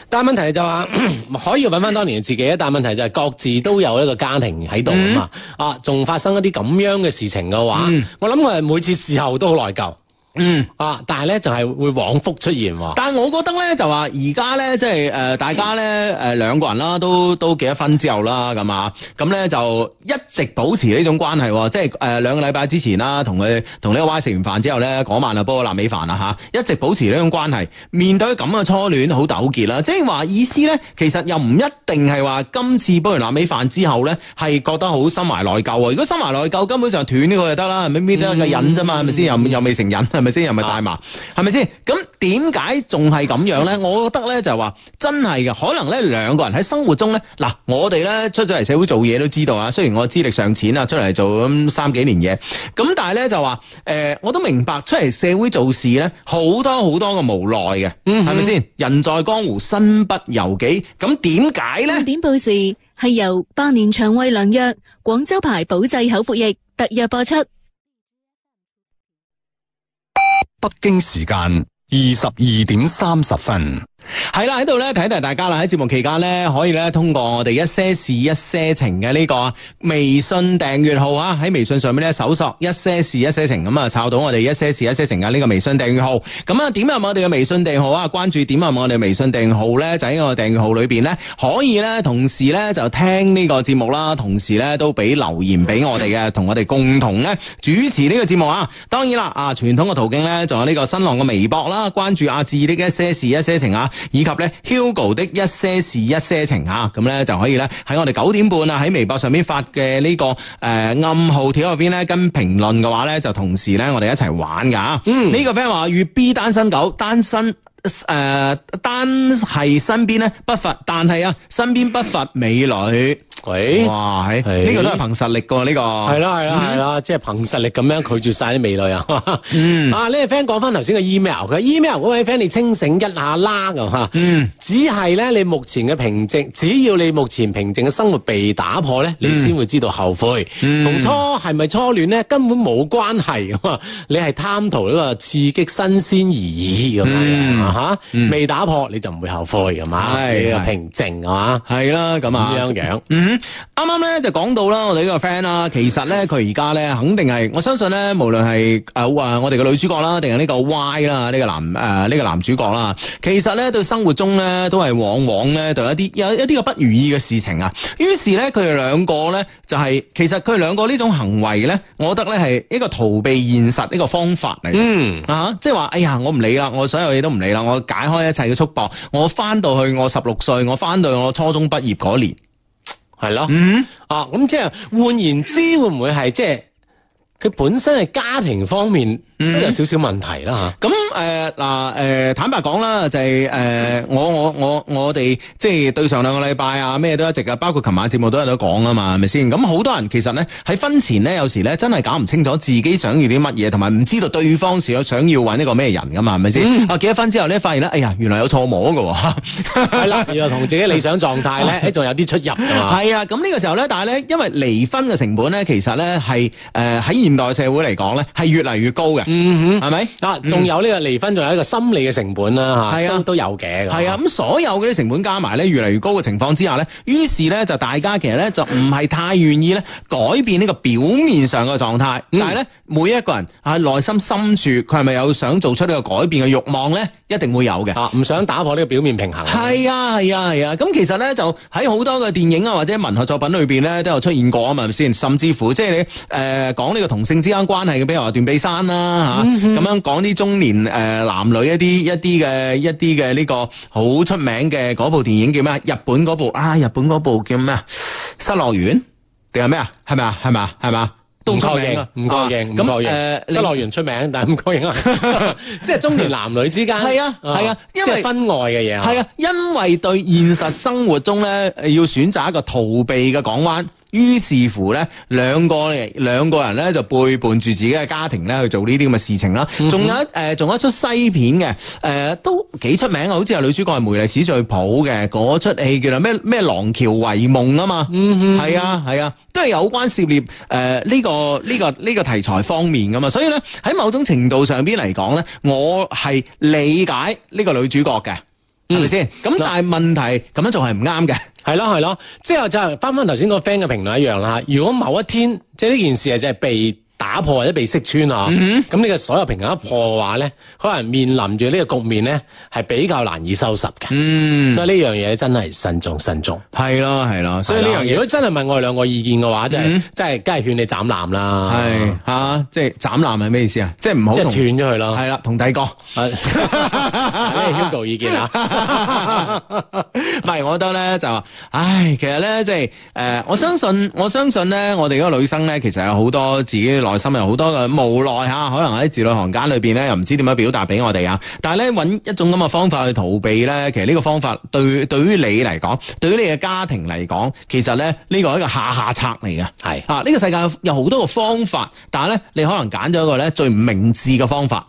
C: 但系問題就話 可以揾翻當年嘅自己，啊但系問題就係各自都有一個家庭喺度啊嘛，啊，仲發生一啲咁樣嘅事情嘅話，我諗我係每次事後都好內疚
A: 嗯。
C: 啊，但係咧就係會往復出現喎。
A: 但係我覺得咧就話而家咧即係诶、呃大家咧诶、呃、兩個人啦，都都結咗婚之後啦，咁啊，咁咧就一直保持呢種關係喎，即係诶兩個禮拜之前啦，同佢同呢個 Y 食完飯之後咧，嗰晚啊煲個臘味飯啦吓，一直保持呢種關係。面對咁嘅初戀，好糾結啦，即係話意思咧，其實又唔一定係話今次煲完臘味飯之後咧，係覺得好心懷內疚啊。如果心懷內疚，根本上斷呢個就得啦，係咪搣得一個癮啫嘛，係咪先？又又未成癮，係咪先？又咪大麻，係咪先？咁點解仲係咁樣咧？我覺得咧就係話真係嘅，可能咧兩個人喺生活中咧，嗱，我哋咧出咗嚟社會做嘢都知道啊。雖然我資歷尚淺啊，出嚟做咁三幾年嘢，咁但係咧就話誒、呃我都明白出嚟社會做事咧，好多好多嘅無奈嘅，係咪先？人在江湖身不由己，咁點解咧
D: 重？点报时系由百年腸胃良藥廣州牌保濟口服液特約播出。
E: 北京時間二十二點三十 分。
A: 系啦，喺度咧提提大家啦，喺節目期間咧，可以咧通過我哋一些事一些情嘅呢個微信訂閱號啊，喺微信上面咧搜索一些事一些情咁啊，抄到我哋一些事一些情嘅呢個微信訂閱號。咁啊，點入我哋嘅微信訂閱號啊？關注點入我哋微信訂閱號咧，就啊喺我哋訂閱號裏边咧，可以咧同時咧就聽呢個節目啦，同時咧都俾留言俾我哋嘅，同我哋共同咧主持呢個節目啊。當然啦，啊傳統嘅途徑咧，仲有呢個新浪嘅微博啦，關注阿志的一些事一些情啊，以及咧 Hugo 的一些事一些情啊，咁咧就可以咧喺我哋九點半啊喺微博上面發嘅呢、個誒、呃暗號條入邊咧跟評論嘅話咧，就同時咧我哋一齊玩噶。嗯，呢個 friend 話與 B 單身狗單身。誒、呃、單係身邊咧不乏，但係啊身邊不乏美女，
C: 喂，
A: 哇！係
C: 係
A: 呢個都係憑實力噶呢、個，
C: 係啦係
A: 嗯
C: 啦係啦，即係憑實力咁樣拒絕晒啲美女啊！
A: 嗯
C: 啊呢個 friend 講翻頭先嘅 email，佢話 email 嗰位 friend 你清醒一下啦咁嚇，
A: 嗯
C: 只係咧你目前嘅平靜，只要你目前平靜嘅生活被打破咧，
A: 嗯
C: 你先會知道後悔。同初係咪初戀咧根本冇關係啊！ 你係貪圖呢個刺激新鮮而已咁樣啊嚇，未打破你就唔會後悔咁啊！
A: 嗯係
C: 你嘅
A: 係
C: 平靜啊
A: 係啦咁
C: 嘛，
A: 啊，
C: 咁樣樣。
A: 嗯，啱啱咧就講到啦，我哋呢個 friend 啦，其實咧佢而家咧肯定係，我相信咧無論係诶啊我哋嘅女主角啦，定係呢個 Y 啦，呢、個男诶呢、個男主角啦，其實咧對生活中咧都係往往咧對一啲有一啲嘅不如意嘅事情啊，於是咧佢哋兩個咧就係其實佢哋兩個呢種行為咧，我覺得咧係一個逃避現實呢個方法嚟嘅。
C: 嗯，
A: 啊，即係話，哎呀，我唔理啦，我所有嘢都唔理啦，我解開一切嘅束縛，我翻到去我十六歲，我翻到去我初中畢業嗰年，
C: 係咯。
A: 嗯。
C: 啊，咁即係換言之，會唔會係即係佢本身嘅家庭方面都有少少問題啦
A: 咁誒嗱誒，坦白講啦，就係、誒、我我我我哋即係對上兩個禮拜啊，咩都一直啊，包括琴晚節目都有得講啊嘛，係咪先？咁好多人其實咧喺婚前咧，有時咧真係搞唔清楚自己想要啲乜嘢，同埋唔知道對方想想要揾一個咩人噶嘛，係咪先？啊結咗婚之後咧，發現咧，哎呀，原來有錯摸嘅喎。
C: 嚇，係啦，原來同自己理想狀 態咧，誒仲有啲出入㗎嘛。
A: 係啊，咁呢個時候咧，但係咧，因為離婚嘅成本咧，其實咧係誒喺現代社會嚟講咧，係越嚟越高嘅，
C: 嗯
A: 係咪？
C: 哼，啊，仲有呢個離婚，仲有呢個心理嘅成本啦
A: 係
C: 嚇，
A: 啊
C: 都都有嘅。
A: 系啊，，咁所有嗰啲成本加埋咧，越嚟越高嘅情況之下咧，於是咧就大家其實咧就唔係太願意咧改變呢個表面上嘅狀態，但係咧每一個人啊內心深處，佢係咪有想做出呢個改變嘅慾望咧？一定會有嘅。
C: 啊，唔想打破呢個表面平衡。
A: 係啊，係啊，係啊！咁其實咧，就喺好多嘅電影啊，或者文學作品裏邊咧，都有出現過啊嘛，係咪先？甚至乎即係你誒、呃、講呢個同性之間關係嘅，比如話斷臂山啦
C: 嗯
A: 嚇，咁、樣講啲中年誒、呃男女一啲一啲嘅一啲嘅呢個好出名嘅嗰部電影叫咩？日本嗰部啊，日本嗰部叫咩啊？失樂園定係咩啊？係咪啊？係咪啊？係咪啊？都
C: 唔
A: 出
C: 確
A: 名
C: 認
A: 啊，
C: 唔確認，唔
A: 咁呃
C: 確
A: 誒
C: 認。失
A: 另
C: 樂園出名，但係唔確 認啊，即係中年男女之間
A: 係啊係啊因為
C: 即係婚外嘅嘢啊
A: 系啊，因為對現實生活中咧，呃要選擇一個逃避嘅港灣，於是乎咧，兩個兩個人咧就背叛住自己嘅家庭咧去做呢啲咁嘅事情啦。
C: 嗯
A: 仲、有一誒，仲、有一出西片嘅，誒、呃都幾出名啊！好似係女主角係梅麗史翠普嘅嗰出戲叫做咩咩《廊橋遺夢》啊嘛。嗯係啊係啊，都係有關涉獵誒呢個呢、個呢、個題材方面噶嘛。所以咧喺某種程度上邊嚟講咧，我係理解呢個女主角嘅。係咪先？嗯咁但係問題咁樣做係唔啱嘅。
C: 係咯係咯，即係就係翻翻頭先個 friend 嘅評論一樣啦。如果某一天即係呢件事係真係被打破或者被識穿啊，
A: 嗯
C: 咁你嘅所有平衡一破嘅話咧，可能面臨住呢個局面咧係比較難以收拾嘅。
A: 嗯，
C: 所以呢樣嘢真係慎重慎重。
A: 係咯係咯，所以呢樣
C: 如
A: 嘢
C: 果真係問我哋兩個意見嘅話，真係真係梗係勸你斬纜啦，
A: 係吓，即係斬纜係咩意思啊？即係唔好
C: 即係
A: 同
C: 斷咗佢咯。
A: 係啦，同第二 個。
C: 啊 呢個 Hugo 意見啊，
A: 唔係，我覺得咧就話，唉，其實咧即係誒，呃我相信我相信咧，我哋嗰個女生咧，其實有好多自己內心有好多嘅無奈嚇，可能喺字裏行間裏邊咧，又唔知點樣表達俾我哋啊。但係咧揾一種咁嘅方法去逃避咧，其實呢個方法對對於你嚟講，對於你嘅家庭嚟講，其實咧呢個係一個下下策嚟嘅。
C: 係
A: 啊，呢、個世界有有好多個方法，但係咧你可能揀咗一個咧最唔明智嘅方法，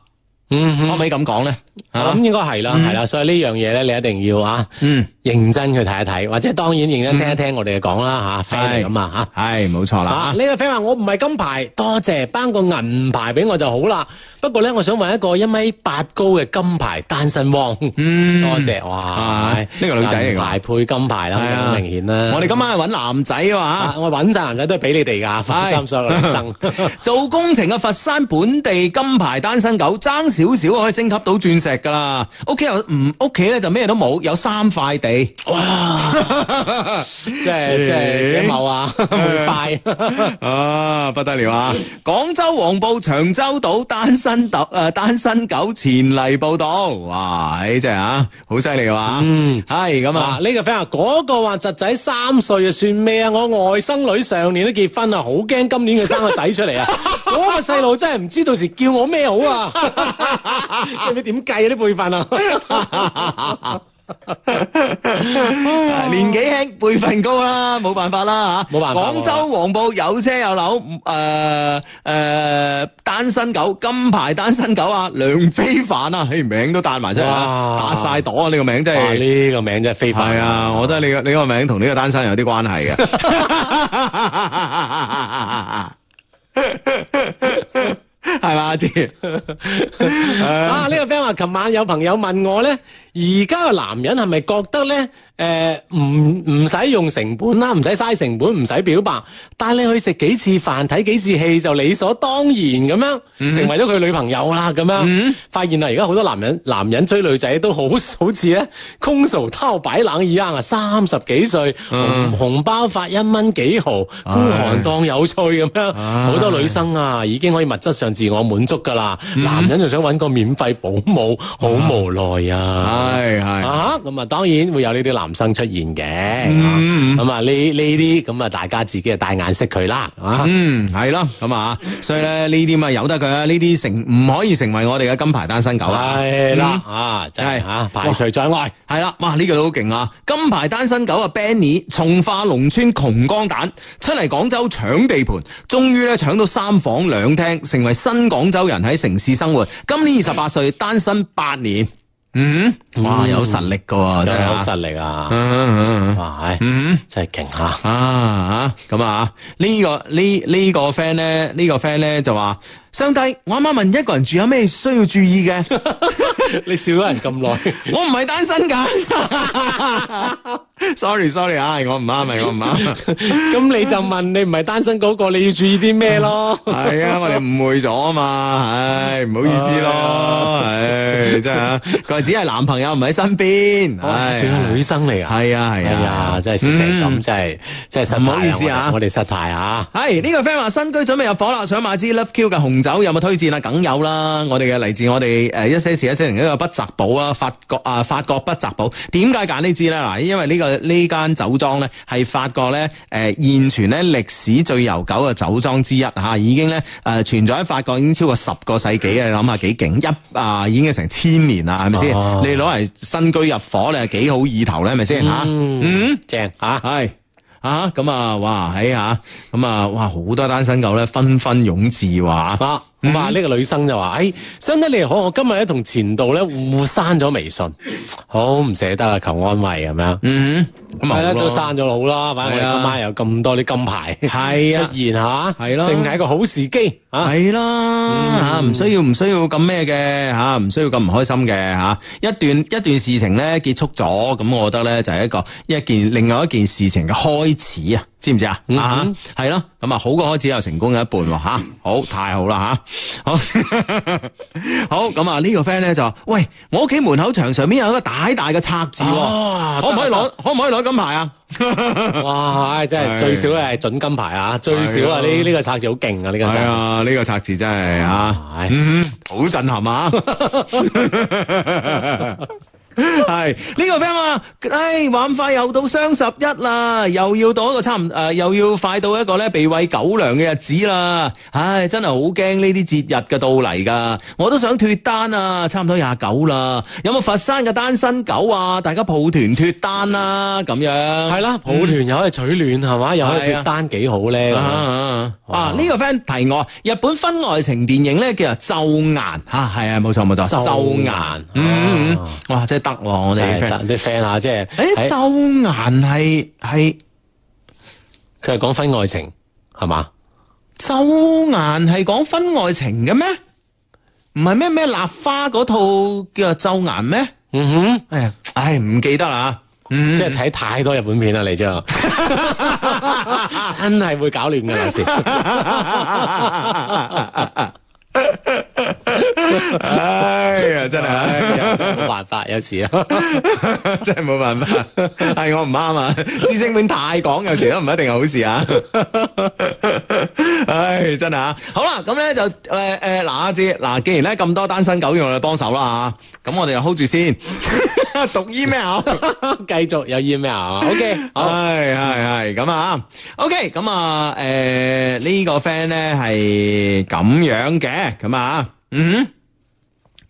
C: 嗯哼
A: 可唔可以咁講咧？
C: 我
A: 啊
C: 諗應該係啦，係啦，所以呢樣嘢咧，你一定要啊，
A: 嗯。
C: 認真去睇一睇，或者當然認真聽一聽我哋嘅講啦吓，friend 嚟咁啊吓。
A: 系冇錯
C: 啊！
A: 啦
C: 呢。個 friend 話：我唔係金牌，多謝頒個銀牌俾我就好啦。不過咧，我想揾一個一米八高嘅金牌單身汪。
A: 嗯
C: 多謝哇！
A: 啊呢個女仔嚟㗎
C: 銀牌配金牌啦，
A: 係啊
C: 好明顯啦。
A: 我哋今晚係揾男仔啊
C: 啊我揾晒男仔都係俾你哋㗎，放心所有女 生。
A: 嘛，做工程嘅佛山本地金牌單身狗，爭少少可以升級到鑽石噶啦。屋企又唔屋企咧就咩都冇，有三塊地。
C: 即係即係幾某 啊，冇快。
A: 啊，不得了啊！ 廣州黃埔長洲島單身狗诶、呃單身狗前嚟報道，哇！唉真係啊，好犀利哇！嗯，係咁啊
C: 啊！。呢個 friend 啊嗰個話侄仔三歲啊，算咩啊？我外甥女上年都結婚啊，好驚今年佢生個仔 出嚟啊！嗰個細路真係唔知到時叫我咩好 啊！你知點計啊啲輩份啊？
A: 啊年紀輕，輩份高啦，冇辦法啦吓，
C: 哦冇辦法
A: 廣州黃埔有車有樓，誒、誒、單身狗金牌單身狗啊，梁非凡啊，嘿名都帶埋出嚟啦，
C: 哇
A: 打晒朵啊！呢、個名真
C: 哇！
A: 係。
C: 呢個名真係非凡
A: 係啊，我覺得你個你個名同呢個單身有啲關係 嘅，係嘛？阿志，
C: 啊！呢個 friend 話，琴晚有朋友問我咧，而家嘅男人係咪覺得咧，诶、唔唔使用成本啦，唔使嘥成本，唔使表白，帶你去食幾次飯，睇幾次戲就理所當然咁樣，成為咗佢女朋友啦咁樣。發現啦，而家好多男人男人追女仔都好好似咧，空手偷擺冷耳啊，三十幾歲，紅紅包發一蚊幾毫，孤寒當有趣咁樣，好多女生啊已經可以物質上自我滿足㗎啦，男人就想揾個免費保姆，好無奈啊！
A: 係嗯係。
C: 啊，咁啊，當然會有呢啲男生出現嘅，咁啊呢呢啲咁啊，大家自己啊帶眼識佢啦，啊，
A: 嗯，係啦，咁啊，所以咧呢啲咪由得佢啊，呢啲成唔可以成為我哋嘅金牌單身狗啊。
C: 係啦，啊，真係
A: 係
C: 啊，排除在外。
A: 系啦，哇！呢、個都好勁啊！金牌單身狗啊，Benny 從化農村窮光蛋出嚟廣州搶地盤，終於咧搶到三房兩廳，成為新廣州人喺城市生活。今年二
C: 嗯
A: 十八歲，單身八年。嗯，哇，有實力噶喎，
C: 有
A: 真係啊
C: 實力啊！
A: 嗯嗯嗯嗯
C: 哇，唉
A: 嗯。
C: 真係勁嚇！
A: 啊啊咁啊！呢、個呢呢、個 friend 咧，呢、個 friend 咧就話：上帝，我啱啱問一個人住有咩需要注意嘅，
C: 你笑咗人咁 耐，
A: 我唔係單身㗎。sorry sorry 啊，我唔啱，係我唔啱。
C: 咁你就問你唔係單身嗰個，你要注意啲咩咯？
A: 係啊，我哋誤會咗啊嘛，唉，唔好意思咯，
C: 哎
A: 唉，真係啊，佢話只係男朋友唔喺身邊，
C: 哇
A: 唉，
C: 哦仲有女生嚟啊！
A: 係啊係
C: 哎呀，
A: 啊，
C: 真係笑成咁，
A: 嗯。
C: 真係真係失態
A: 唔好意思啊
C: 我哋我哋失態啊！
A: 係呢、個 friend 話新居準備入伙啦，想買支 Love Q 嘅紅酒，有冇推薦啊？梗有啦，我哋嘅嚟自我哋誒一些事一些情嘅一個不澤堡啊，法國啊法國不澤堡。點解揀呢支咧？嗱，因為呢、個呢間酒莊咧係法國咧誒、呃、現存咧歷史最悠久嘅酒莊之一嚇、已經咧誒、呃存在喺法國已經超過十個世紀啊！你諗下幾勁一啊已經成千年啦，係咪先？
C: 哦
A: 你攞嚟新居入伙，你係幾好意頭咧？係咪先嚇？嗯
C: 正啊！
A: 系啊，咁啊，哇，喺吓，咁啊，哇，好多單身狗咧紛紛湧至話。
C: 啊，咁
A: 嗯
C: 啊呢個女生就話：，诶、哎，相得你好，我今日咧同前度咧互刪咗微信，好唔捨得啊，求安慰咁樣。
A: 嗯，咁啊
C: 係啦，
A: 好咯
C: 都刪咗好啦，反正
A: 係
C: 我哋
A: 啊
C: 今晚有咁多啲金牌
A: 係啊
C: 出現吓，
A: 係咯
C: 正係一個好時機 啊！
A: 系啦，吓啊唔需要唔需要咁咩嘅吓，唔需要咁唔開心嘅吓。一段一段事情咧結束咗，咁我覺得咧就係一個一件另外一件事情嘅開始啊，知唔知
C: 嗯
A: 啊？啊，係咯，咁啊好過開始又成功嘅一半喎吓，好太好啦啊吓，好 好咁啊呢個 friend 咧就話喂，我屋企門口牆上面有一個大大嘅拆字喎，
C: 啊
A: 可唔可以
C: 得
A: 攞可唔可以攞金牌啊？
C: 哇，唉真係
A: 係
C: 最少咧係準金牌啊，最少
A: 係
C: 啊
A: 啊
C: 呢呢個策字好勁啊，呢個
A: 係
C: 策
A: 啊，呢個拆字真係啊，
C: 唉
A: 嗯哼，好震撼啊！ 系呢、個个 friend 啊，唉，話咁快又到雙十一啦，又要到一個差唔诶、呃又要快到一個咧被喂狗糧嘅日子啦，唉，真係好驚呢啲節日嘅到嚟噶，我都想脱單啊，差唔多廿九啦，有冇佛山嘅單身狗啊？大家抱團脱單啦、咁樣。
C: 係啦，抱團又可以取暖係嘛，又可以
A: 係
C: 接
A: 啊
C: 單幾好咧。咁
A: 啊
C: 樣
A: 啊
C: 哦
A: 啊啊！呢個 friend 提我，日本婚外情電影咧叫做《咒顏》嚇，係啊，冇錯冇錯，
C: 咒
A: 《咒顏》
C: 顏
A: 嗯，嗯嗯哇，真係得喎，我
C: 真
A: 哋
C: 係
A: friend。
C: 得啲 friend 啊，即係
A: 誒，
C: 喺
A: 咒顏係係
C: 佢係講婚外情係嘛？
A: 咒顏係講婚外情嘅咩？唔係咩咩立花嗰套叫做咒顏咩？
C: 嗯哼，
A: 哎呀，唉，唔記得啦。嗯，
C: 即係睇太多日本片啦， 你真係真係會搞亂嘅有時。
A: 哎呀，真
C: 唉
A: 係。
C: 真係冇辦法，有時啊，
A: 真系冇辦法， 係我唔啱啊！知識面太講，有時都唔一定係好事啊！唉，真係啊！好啦，咁咧就诶诶嗱，阿姐嗱，既然咧咁多單身狗要我哋幫手 啦吓，咁我哋就 hold 住先， 讀 email。
C: 繼續有 email 啊，OK，好。
A: 系系系咁啊，OK，咁啊，诶、呢、個 friend 咧係咁樣嘅，咁啊，嗯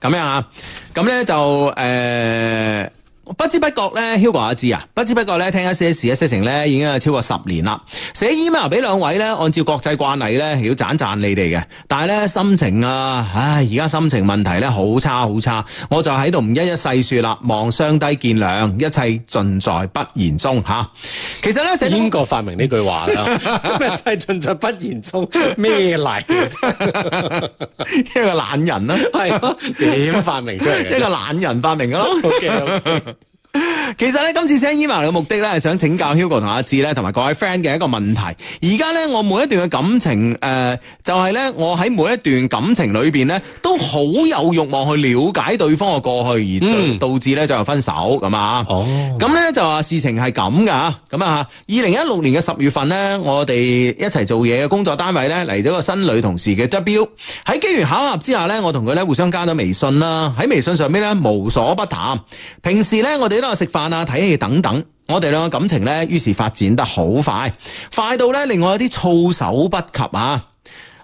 A: 哼，咁樣啊，咁咧就诶。不知不覺咧，Hugo 阿志啊，不知不覺咧，聽一些事一些情咧，已經係超過十年啦。寫 email 俾兩位咧，按照國際慣例咧，係要讚讚你哋嘅。但係咧，心情啊，唉，而家心情問題咧，好差好差。我就喺度唔一一細説啦，望雙低見諒，一切盡在不言中嚇。其實咧，寫
C: 英國發明呢句話 啦，咩世盡在不言中，咩嚟啊？
A: 一個懶人啦，
C: 係咯，點發明出嚟
A: 一個
C: 嘅
A: 懶人發明噶咯。
C: ？OK，
A: 其實咧，今次 send email 嘅目的咧，係想請教 Hugo 同阿志咧，同埋各位 friend 嘅一個問題。而家咧，我每一段嘅感情，誒、呃就係、呢，咧，我喺每一段感情裏邊咧，都好有慾望去了解對方嘅過去，而就
C: 嗯
A: 導致咧最後分手咁啊。
C: 哦，
A: 咁咧就話事情係咁噶，咁啊，二零一六年嘅十月份咧，我哋一齊做嘢嘅工作單位咧嚟咗個新女同事嘅 W，喺機緣巧合之下咧，我同佢咧互相加咗微信啦，喺微信上面咧無所不談，平時咧我哋都有食飯啊、睇戲等等。我哋兩個感情咧，於是發展得好快，快到咧令我有啲措手不及啊！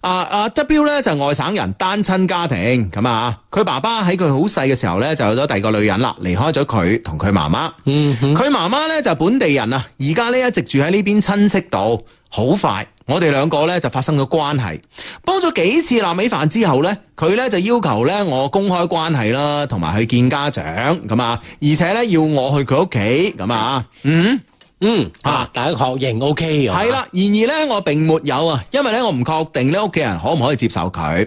A: 啊啊 W 咧就係外省人，單親家庭咁啊，佢爸爸喺佢好細嘅時候咧就有咗第二個女人啦，離開咗佢同佢媽媽。佢媽媽咧就係本地人啊，而家咧一直住喺呢邊親戚度。好快，我哋兩個咧就發生咗關係，煲咗幾次臘味飯之後咧，佢咧就要求咧我公開關係啦，同埋去見家長咁啊，而且咧要我去佢屋企咁啊，嗯。
C: 嗯啊，大家確認 OK 啊，
A: 系啦，然而咧，我並沒有啊，因為咧，我唔確定咧屋企人可唔可以接受佢。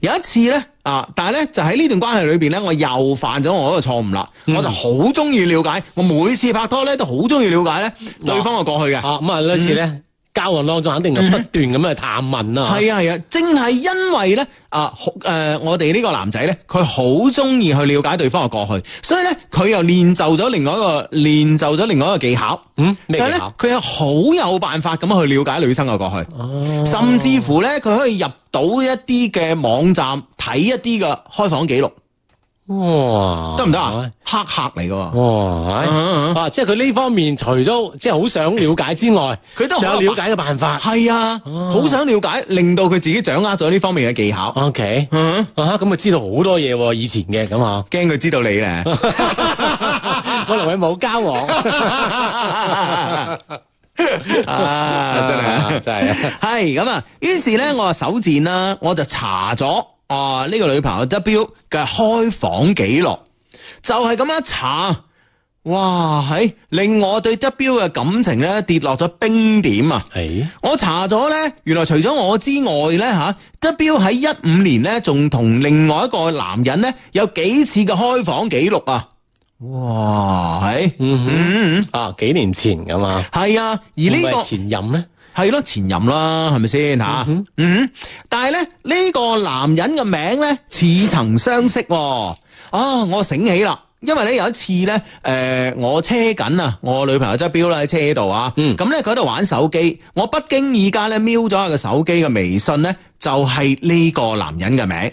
A: 有一次咧，啊，但係咧就喺呢段關係裏邊咧，我又犯咗我嗰個錯誤啦。我就好中意了解，我每次拍拖咧都好中意了解咧對方嘅過去嘅。
C: 啊，咁啊呢次咧交往當中肯定有不斷咁去探問
A: 嗯
C: 啦，
A: 係啊係啊，正係因為咧啊好誒，我哋呢個男仔咧，佢好中意去了解對方嘅過去，所以咧佢又練就咗另外一個練就咗另外一個技巧。
C: 嗯，
A: 就
C: 咩
A: 係
C: 技
A: 咧
C: 巧？，
A: 佢係好有辦法咁去了解女生嘅過去，
C: 哦
A: 甚至乎咧佢可以入到一啲嘅網站睇一啲嘅開房記錄，
C: 哇，
A: 得唔得
C: 哦
A: 啊？黑客嚟㗎喎，
C: 哇，
A: 嗯嗯嗯
C: 啊，即係佢呢方面除咗即係好想了解之外，
A: 佢都
C: 仲
A: 哦好啊
C: 有了解嘅哦辦法。
A: 係啊，好想了解，令到佢自己掌握咗呢方面嘅技巧。
C: O K，
A: 嗯，
C: 啊咁啊知道好多嘢喎，以前嘅咁啊
A: 驚佢知道你咧，
C: 我同佢冇交往，
A: 啊，真係
C: 啊 真係啊
A: 系咁啊，於是咧我話手賤啦，我就查咗啊呢、個女朋友 W 嘅開房記錄，就係咁樣查，哇，係令我對 W 嘅感情咧跌落咗冰點啊！
C: 诶，
A: 我查咗咧，原來除咗我之外咧吓、w 喺一五年咧仲同另外一個男人咧有幾次嘅開房記錄啊！哇，係
C: 嗯哼
A: 嗯嗯
C: 啊，几年前噶嘛，
A: 係啊，而呢、
C: 會唔會
A: 個。
C: 係前任咧，
A: 系咯，前任啦，系咪先吓？嗯哼，但系咧呢、個个男人嘅名咧似曾相識喎、啊，我醒起啦。因為咧有一次咧，诶、我車緊啊，我女朋友執表啦喺車度啊，咁咧佢喺度玩手機，我不經意間咧瞄咗下個手機嘅微信咧，就係呢個男人嘅名，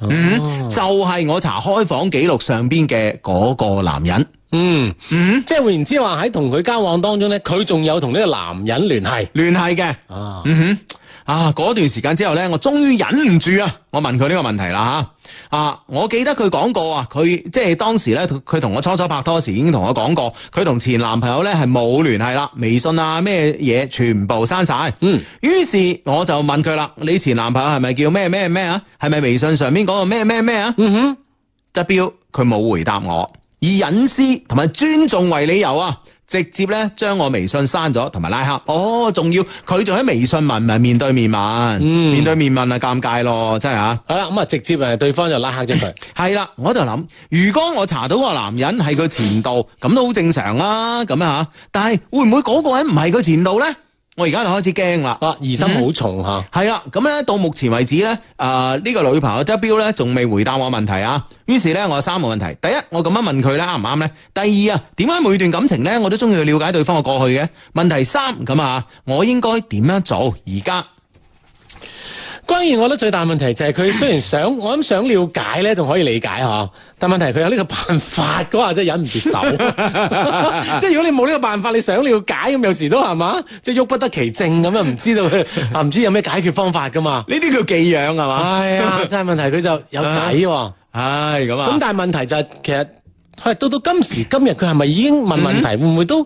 A: 嗯，就係我查開房記錄上邊嘅嗰個男人，
C: 嗯，
A: 嗯，
C: 即系换言之话喺同佢交往当中咧，佢仲有同呢个男人联系
A: 聯繫嘅。
C: 啊，
A: 嗯哼，啊，嗰段時間之後咧，我終於忍唔住啊，我問佢呢個問題啦吓，啊，我記得佢講過啊，佢即係當時咧，佢佢同我初初拍拖時已經同我講過，佢同前男朋友咧係冇聯繫啦，微信啊咩嘢全部刪晒。嗯，於是我就問佢啦，你前男朋友係咪叫咩咩咩啊？係咪微信上面嗰個咩咩咩啊？嗯哼。W 佢冇回答我，以隱私同埋尊重為理由啊，直接咧將我微信刪咗同埋拉黑。哦，仲要佢仲喺微信問，唔係面對面問，面對面問啊，尷尬咯，真係啊！
C: 系啦，咁啊直接诶对方就拉黑咗佢，
A: 係啦，我喺度諗，如果我查到個男人係佢前度，咁都好正常啦，咁啊吓。但係會唔會嗰個人唔係佢前度咧？我而家就開始驚啦。
C: 啊疑心好重吓，
A: 系啦，啊咁咧到目前為止咧，诶、呢、個女朋友 W 咧仲未回答我問題啊。於是咧，我有三個問題：第一，我咁樣問佢咧啱唔啱咧？第二啊，點解每段感情咧我都中意去了解對方嘅過去嘅？問題三咁啊，我應該點樣做？而家
C: 關鍵我覺得最大問題就係佢雖然想，我諗想了解咧，仲可以理解嚇，但問題佢有呢個辦法嗰下真係忍唔住手。即係如果你冇呢個辦法，你想了解咁，有時都係嘛，即係喐不得其正咁啊，唔知道佢啊，唔知有咩解決方法噶嘛。
A: 呢啲叫寄養係嘛？
C: 係啊，真係問題佢就有計喎。
A: 唉，咁
C: 咁
A: 啊，
C: 但係問題就係其實係到到今時今日，佢係咪已經問問題，
A: 嗯
C: 會唔會都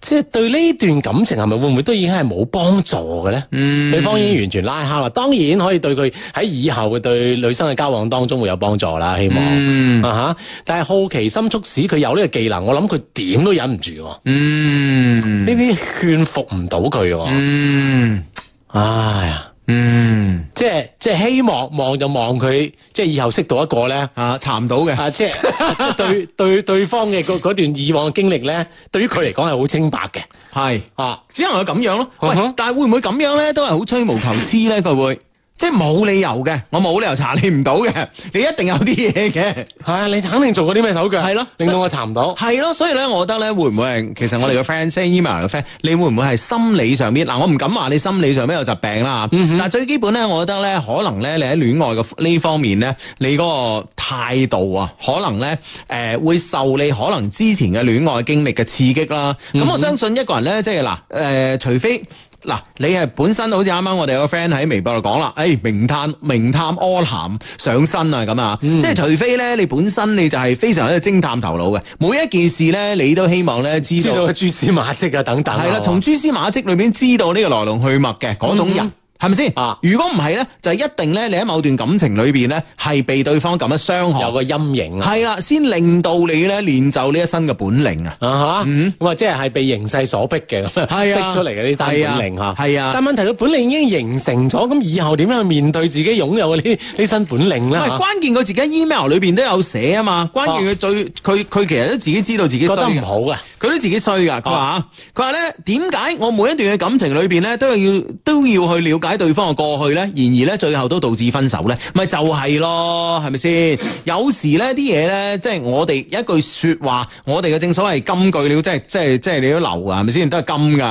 C: 即係對呢段感情係咪會唔會都已經係冇幫助嘅咧？
A: 嗯
C: 對方已經完全拉黑啦。當然可以對佢喺以後嘅對女生嘅交往當中會有幫助啦，希望、
A: 嗯
C: 啊吓。但係好奇心促使佢有呢個技能，我諗佢點都忍唔住喎。呢
A: 嗯，
C: 啲勸服唔到佢喎。
A: 嗯
C: 唉呀，
A: 嗯
C: 即係即係希望望就望佢，即係以後識到一個咧。
A: 啊，查唔到嘅。
C: 啊，即係 對對對方嘅嗰嗰段以往經歷咧，對於佢嚟講係好清白嘅
A: 係
C: 啊。
A: 只能係咁樣咯。喂
C: 嗯哼
A: 但係會唔會咁樣咧？都係好吹毛求疵咧，佢會即係冇理由嘅，我冇理由查你唔到嘅，你一定有啲嘢嘅。
C: 係啊，你肯定做過啲咩手腳，
A: 係咯
C: 令到我查唔到。
A: 係咯，所以咧，我覺得咧，會唔會係其實我哋嘅 friend send email 嘅 friend，你會唔會係心理上邊嗱？我唔敢話你心理上邊有疾病啦，但係最基本咧，我覺得咧，可能咧，你喺戀愛嘅呢方面咧，你嗰個態度啊，可能咧誒、呃、會受你可能之前嘅戀愛經歷嘅刺激啦。咁、我相信一個人咧，即係嗱誒，除非。嗱，你係本身好似啱啱我哋有個 friend 喺微博度講啦，誒、名探名探柯南上身啊咁啊，
C: 嗯
A: 即係除非咧你本身你就係非常之偵探頭腦嘅，每一件事咧你都希望咧知
C: 知
A: 道
C: 道，佢蛛絲馬跡啊，等等啊。
A: 係啦，從蛛絲馬跡裏邊知道呢個來龍去脈嘅嗰種人。係咪先？
C: 嗯啊
A: 如果唔係咧，就一定咧，你喺某段感情裏邊咧，係被對方咁樣傷
C: 有
A: 害，
C: 個陰影啊。
A: 係啦，先令到你咧練就呢一身嘅本領啊！
C: 啊吓，咁啊，即係係被形勢所逼嘅，咁啊
A: 係啊
C: 逼出嚟嘅呢單本領
A: 係啊
C: 吓，
A: 係啊
C: 但問題佢本領已經形成咗，咁以後點樣去面對自己擁有嘅呢呢身本領
A: 唔係
C: 咧？
A: 關鍵，佢自己喺 email 裏邊都有寫啊嘛。關鍵佢最佢佢其實都自己知道自己
C: 覺
A: 衰
C: 得唔
A: 嘅，
C: 好啊嘅，
A: 佢都自己衰噶。佢
C: 哦
A: 話佢話咧，點解我每一段嘅感情裏邊咧都要都要去了解對方嘅過去咧？然而咧，最後都導致分手咧，咪就係咯，係咪先？有時咧啲嘢咧，即係我哋一句説話，我哋嘅正所謂金句，你要即係即係即係你都留㗎，係咪先？都係金㗎，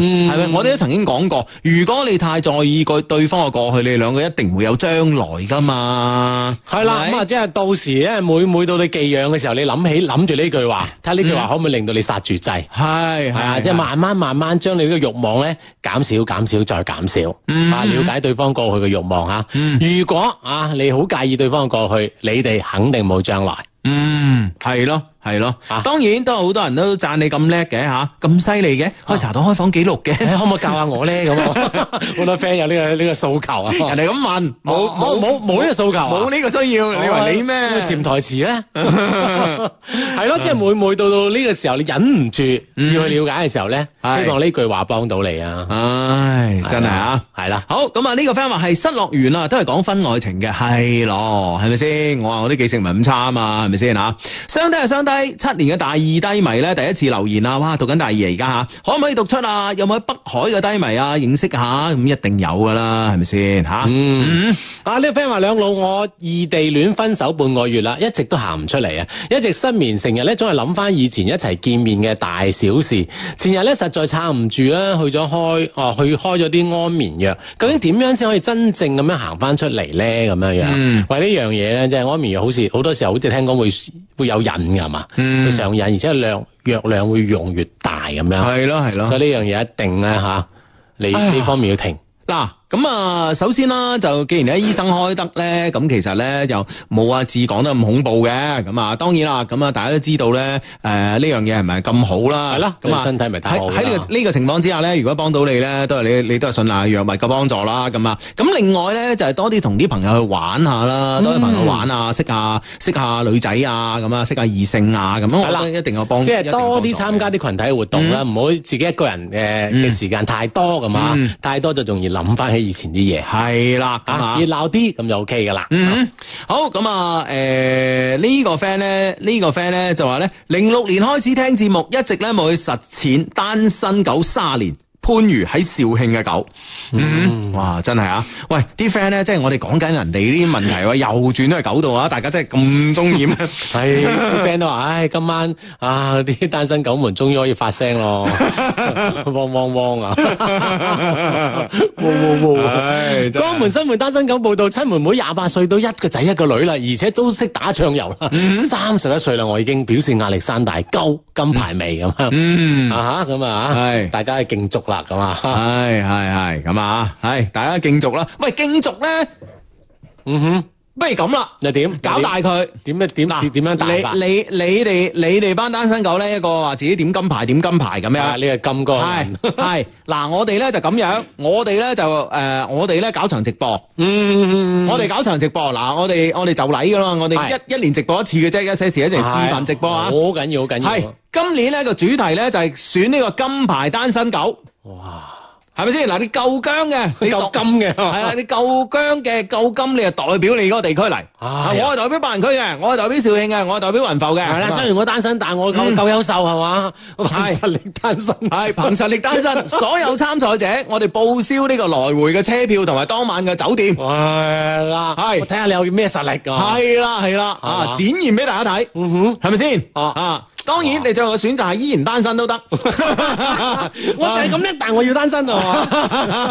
C: 嗯
A: 係咪？我哋都曾經講過，如果你太在意個對方嘅過去，你哋兩個一定會有將來㗎嘛。
C: 係啦，
A: 係咪
C: 咁啊，即係到時咧，每每到你寄養嘅時候，你諗起諗住呢句話，睇下呢句話可唔可以令到你剎住掣？
A: 係
C: 係啊，即係慢慢慢慢將你呢個慾望咧減少、減少再減少，
A: 嗯
C: 啊，了解對方過去嘅慾望吓。如 果啊，你好介意對方嘅過去，你哋肯定冇將來。
A: 嗯，系咯，系系咯
C: 啊，
A: 當然都有好多人都讚你咁叻嘅吓，咁犀利嘅，可以查到開房記錄嘅。
C: 誒可唔可以教下我咧？咁啊 好多 friend 有呢個呢個訴求 啊，
A: 人哋咁問，冇
C: 冇冇冇呢個訴求啊
A: 冇呢個需要，你話你咩？嗯
C: 咁嘅啊潛台詞咧， 係咯，即係每每到到呢個時候，你忍唔住要去了解嘅時候咧，
A: 係
C: 希望呢句話幫到你啊！
A: 唉，真係啊！
C: 係啦，
A: 好咁啊！呢個 friend 話係失樂園啊，都係講婚外情嘅，係咯，係咪先？我話我啲記性唔係咁差啊嘛，係咪先啊？相低係相低，七年嘅大二低迷咧，第一次留言啊！哇，讀緊大二而家吓，可唔可以讀出啊？有冇喺北海嘅低迷啊？認識下咁一定有噶啦，係咪先吓？
C: 嗯，啊呢個 friend 話兩老我異地戀分手半個月啦，一直都行唔出嚟啊，一直失眠，成日咧總係諗翻以前一齊見面嘅大小事。前日咧實在撐唔住啦，去咗開哦、去開咗啲安眠藥。究竟點樣先可以真正咁樣行翻出嚟咧？咁樣樣，
A: 嗯
C: 喂呢樣嘢咧，即係安眠藥好似好多時候好似聽講會會有癮㗎係嘛，
A: 嗯
C: 會上癮，而且量藥量會用越大咁樣，
A: 係咯係咯
C: 所。以呢樣嘢一定咧吓，你
A: 哎呀
C: 呢方面要停。
A: 嗱，咁啊，首先啦，就既然咧醫生開得咧，咁其實咧就冇阿志講得咁恐怖嘅，咁啊，當然啦，咁啊，大家都知道咧，誒呢樣嘢係咪咁好啦？
C: 係啦
A: 咁啊，
C: 你身體咪太
A: 喺
C: 好啦
A: 喺呢個呢個情況之下咧，如果幫到你咧，都係你你都係信賴藥物嘅幫助啦，咁啊，咁另外咧就係多啲同啲朋友去玩下
C: 嗯
A: 啦，多啲朋友玩啊，識下識下女仔啊，咁啊，識下異性啊，咁樣我
C: 係啦
A: 覺得一定有幫，
C: 即
A: 一定
C: 係
A: 有幫助
C: 多啲參加
A: 嘅。
C: 啲群體活動啦，唔好自己一個人誒嘅時間太多咁啊，太多就容易諗翻起以前啲嘢
A: 係啦，咁啊
C: 啊，熱鬧啲咁就 OK 噶啦。
A: 嗯，好咁啊，诶、呢、個 friend 咧，呢、個 friend 咧就話咧，零六年開始聽節目，一直咧冇去實踐單身狗三年。番禺喺肇慶嘅狗，嗯，哇，真係啊！喂，啲 friend 咧，即係我哋講緊人哋呢啲問題喎，又轉到去狗度啊！大家真係咁中 意咩？
C: 係啲 friend 都話：，唉，今晚啊，啲單身狗們終於可以發 聲咯，汪汪汪啊！汪汪汪！
A: 唉真係
C: 江門新門單身狗報道，親妹妹廿八歲到一個仔一個女啦，而且都識打醬油啦，三十一歲啦，我已經表示壓力山大，夠金牌未咁啊？
A: 嗯
C: 啊哈咁啊，
A: 係
C: 大家競逐啦咁啊，
A: 係係係咁啊，係大家競逐啦！喂，競逐咧，
C: 嗯哼，
A: 不如咁啦，
C: 又點
A: 搞大佢。
C: 點樣點點點樣打法
A: 啊你你你哋你哋班單身狗咧，一個話自己點金牌點金牌咁
C: 啊？
A: 樣。
C: 呢個金哥
A: 係係嗱，我哋咧就咁樣，我哋咧就誒、呃我哋咧搞場直播，
C: Ừ. 嗯，
A: 我哋搞場直播嗱，我哋我哋就禮噶啦，我哋
C: 係
A: 一一年直播一次嘅啫，一些事一
C: 係
A: 啲視頻直播啊
C: 好，緊要，好緊
A: 係
C: 要，
A: 今年咧個主題咧就係選呢個金牌單身狗，
C: 哇，
A: 係咪先嗱？你夠姜 嘅，你
C: 夠
A: 代
C: 金嘅，
A: 係啊，你夠姜嘅夠金，你就代表你嗰個地區嚟。
C: 啊
A: 我係代表白雲區嘅，我係代表肇慶嘅，我係代表雲浮嘅。
C: 係啦，雖然我單身，但我夠夠優秀係嘛， 憑實力單身。
A: 系凭实力 單身，所有參賽者，我哋報銷呢個來回嘅車票同埋當晚嘅酒店。
C: 係啦，
A: 係
C: 我睇下你有咩實力啊！
A: 係啦係啦，
C: 係
A: 啊
C: 嘛
A: 展現俾大家睇，
C: 嗯哼，
A: 係咪先？
C: 啊
A: 啊，当然你最後嘅選擇係依然單身都得，
C: 我就係咁叻，但我要單身啊！
A: Ờ.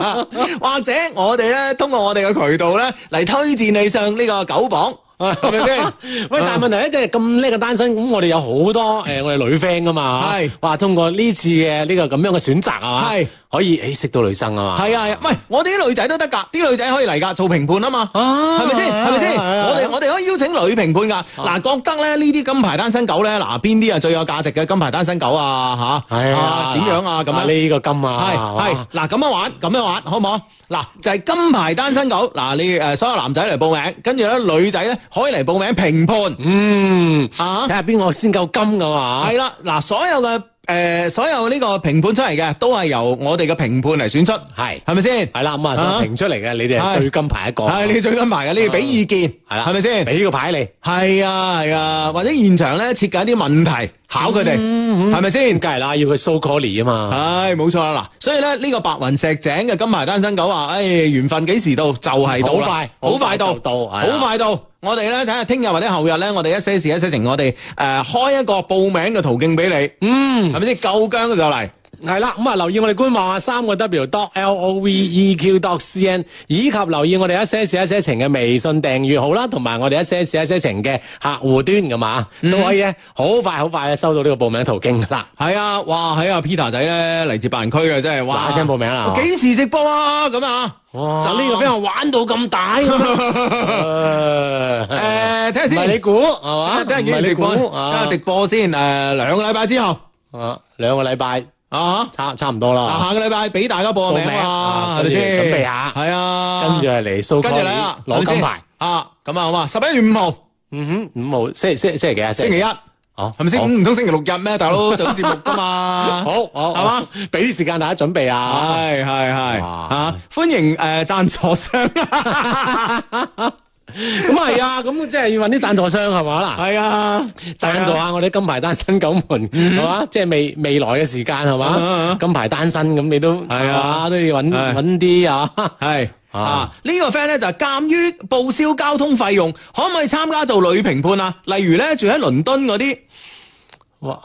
A: 或者我哋咧通過我哋嘅渠道咧嚟推薦你上呢個九榜，係咪先？ 啊
C: 喂，但係問題咧，即係咁叻嘅單身，咁我哋有好多誒、呃我哋女 friend 噶嘛，
A: 係
C: 哇，通過呢次嘅呢、個咁樣嘅選擇係嘛，
A: 係
C: 可以誒識到女生啊嘛，
A: 係啊，係啊喂，我哋啲女仔都得㗎，啲女仔可以嚟㗎，做評判啊嘛。
C: 啊
A: 係咪先？係咪先？我哋我哋可以邀請女評判㗎。嗱，覺得咧呢啲金牌單身狗咧，嗱邊啲係最有價值嘅金牌單身狗啊？吓，
C: 係啊
A: 啊，點樣啊？咁
C: 啊
A: 樣
C: 呢個金啊，
A: 係
C: 係嘛
A: 係嗱咁樣玩，咁樣玩好唔好？嗱，就係金牌單身狗。嗱，你誒所有男仔嚟報名，跟住咧女仔咧可以嚟報名評
C: 嗯，
A: 判啊
C: 睇。下邊個先夠金噶嘛，
A: 係啦，嗱，所有嘅誒所有呢個評判出嚟嘅，都係由我哋嘅評判嚟選出，
C: 係
A: 係咪先？
C: 係啦，咁啊
A: 啊
C: 想評出嚟嘅，你哋
A: 係
C: 係最金牌一個，
A: 係你最金牌嘅，你要俾意見，
C: 係啦，
A: 係咪先？
C: 俾個牌你，
A: 系啊系啊，或者現場咧設計一啲問題考佢哋，係咪先？
C: 梗係啦，要佢 so call 啊嘛，
A: 唉，冇錯啦嗱，所以咧呢個白雲石井嘅金牌單身狗話：，唉，緣分幾時到就係到啦
C: 好快
A: 好快到，
C: 好快就到係啊
A: 好快到。我哋咧睇下聽日或者後日咧，我哋一些事一些情，我哋诶开一個報名嘅途徑俾你，
C: 嗯。
A: 係咪先？夠姜就嚟，
C: 系啦，咁啊留意我哋官網啊，三個 W dot L O V E Q dot C N，以及留意我哋一些事一些情嘅微信訂閱號啦，同埋我哋一些事一些情嘅客户端咁啊，都可以咧好快好快咧收到呢個報名途徑㗎啦。
A: 系啊，哇！喺阿 Peter 仔咧嚟自白雲區嘅，真係哇！
C: 嗱聲報名啦
A: 我幾時直播啊？咁啊，
C: 就呢個 friend 玩到咁大， 誒，
A: 诶，睇下
C: 唔係你
A: 先，
C: 估係嘛？
A: 等下幾
C: 唔係
A: 時
C: 你
A: 直播，
C: 估
A: 睇下
C: 啊
A: 直播先。诶，兩個禮拜之後
C: 啊，兩個禮拜
A: 啊，
C: 差差唔多
A: 嗱
C: 啦，
A: 下個禮拜俾大家報個名
C: 報名
A: 啊，
C: 啊
A: 係咪先？
C: 跟住準備下
A: 係啊，
C: 跟住係嚟蘇
A: 跟
C: 哥
A: 住嚟啦，
C: 攞
A: 係咪
C: 金
A: 先
C: 牌。
A: 啊！咁啊，好嘛，十一月五號
C: 嗯哼，五號星期星期星期幾啊？
A: 星期一，
C: 哦，
A: 係咪
C: 好
A: 先？唔通星期六日咩？大佬做節目㗎 嘛？
C: 好好，
A: 係嘛？
C: 俾啲時間大家準備啊！
A: 係係係
C: 哇
A: 啊！歡迎诶贊助商。
C: 咁係啊，咁即係要揾啲贊助商係嘛啦，
A: 係啊，
C: 贊助下我哋金牌單身九門係嘛，即係未未來嘅時間係
A: 啊啊啊
C: 嘛，金牌單身咁你都
A: 係啊
C: 係嘛都要揾
A: 係
C: 揾啲啊，
A: 系
C: 啊
A: 啊，呢個 friend 咧就係鑑於報銷交通費用，可唔可以參加做女評判啊？例如咧住喺倫敦嗰 啲，
C: 哇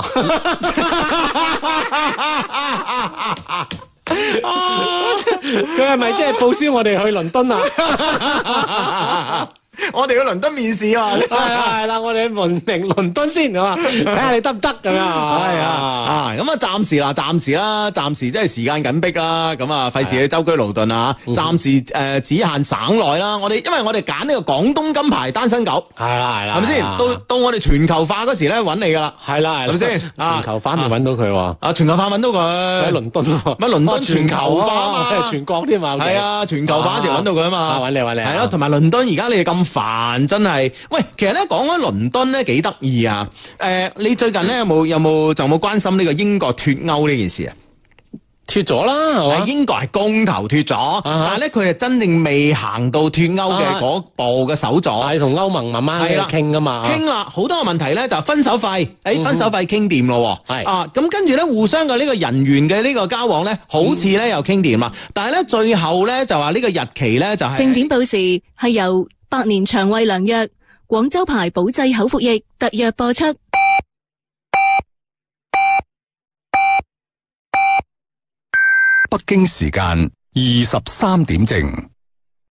C: 佢係咪即係報銷我哋去倫敦啊？
A: 我哋去倫敦面試啊！
C: 係啦係啦，我哋去文明倫敦先係嘛，睇下你得唔得咁樣啊？
A: 系啊，啊咁啊，暫時啦，暫時啦，暫時即係時間緊迫啦，咁啊，費事你周居勞頓啊，
C: 嗯
A: 暫時诶只限省內啦。我哋因為我哋揀呢個廣東金牌單身狗，
C: 係啦係啦，
A: 係咪先？到到我哋全球化嗰時咧，揾你噶啦，
C: 係啦係啦，
A: 係咪先啊
C: 全球反面揾到佢喎。
A: 啊，全球化揾到佢
C: 喺倫敦喎，
A: 咪倫敦
C: 哦
A: 全球化啊嘛
C: 哦 全國添嘛，
A: 系啊，全球化嗰時揾到佢啊嘛，
C: 啊揾你揾你啊
A: 系咯，同埋倫敦而家你哋咁煩，真係。喂，其實咧講開倫敦咧幾得意啊。诶、你最近咧有冇有冇就冇關心呢個英國脱歐呢件事啊？
C: 脱咗啦，係
A: 係啊
C: 嘛？
A: 英國係公投脱咗，但係咧佢係真正未行到脱歐嘅嗰步嘅手咗。
C: 係同歐盟慢慢
A: 係啦
C: 傾噶嘛，啊
A: 傾啦，好多個問題咧就係分手費，誒分手費傾掂咯喎，
C: 係
A: 啊咁跟住咧互相嘅呢個人員嘅呢個交往咧，好似咧又傾掂啦，但係咧最後咧就話呢個日期咧就係
D: 正点报时系由百年腸胃良藥、廣州牌保濟口服液特約播出。
E: 北京時間二十三點正。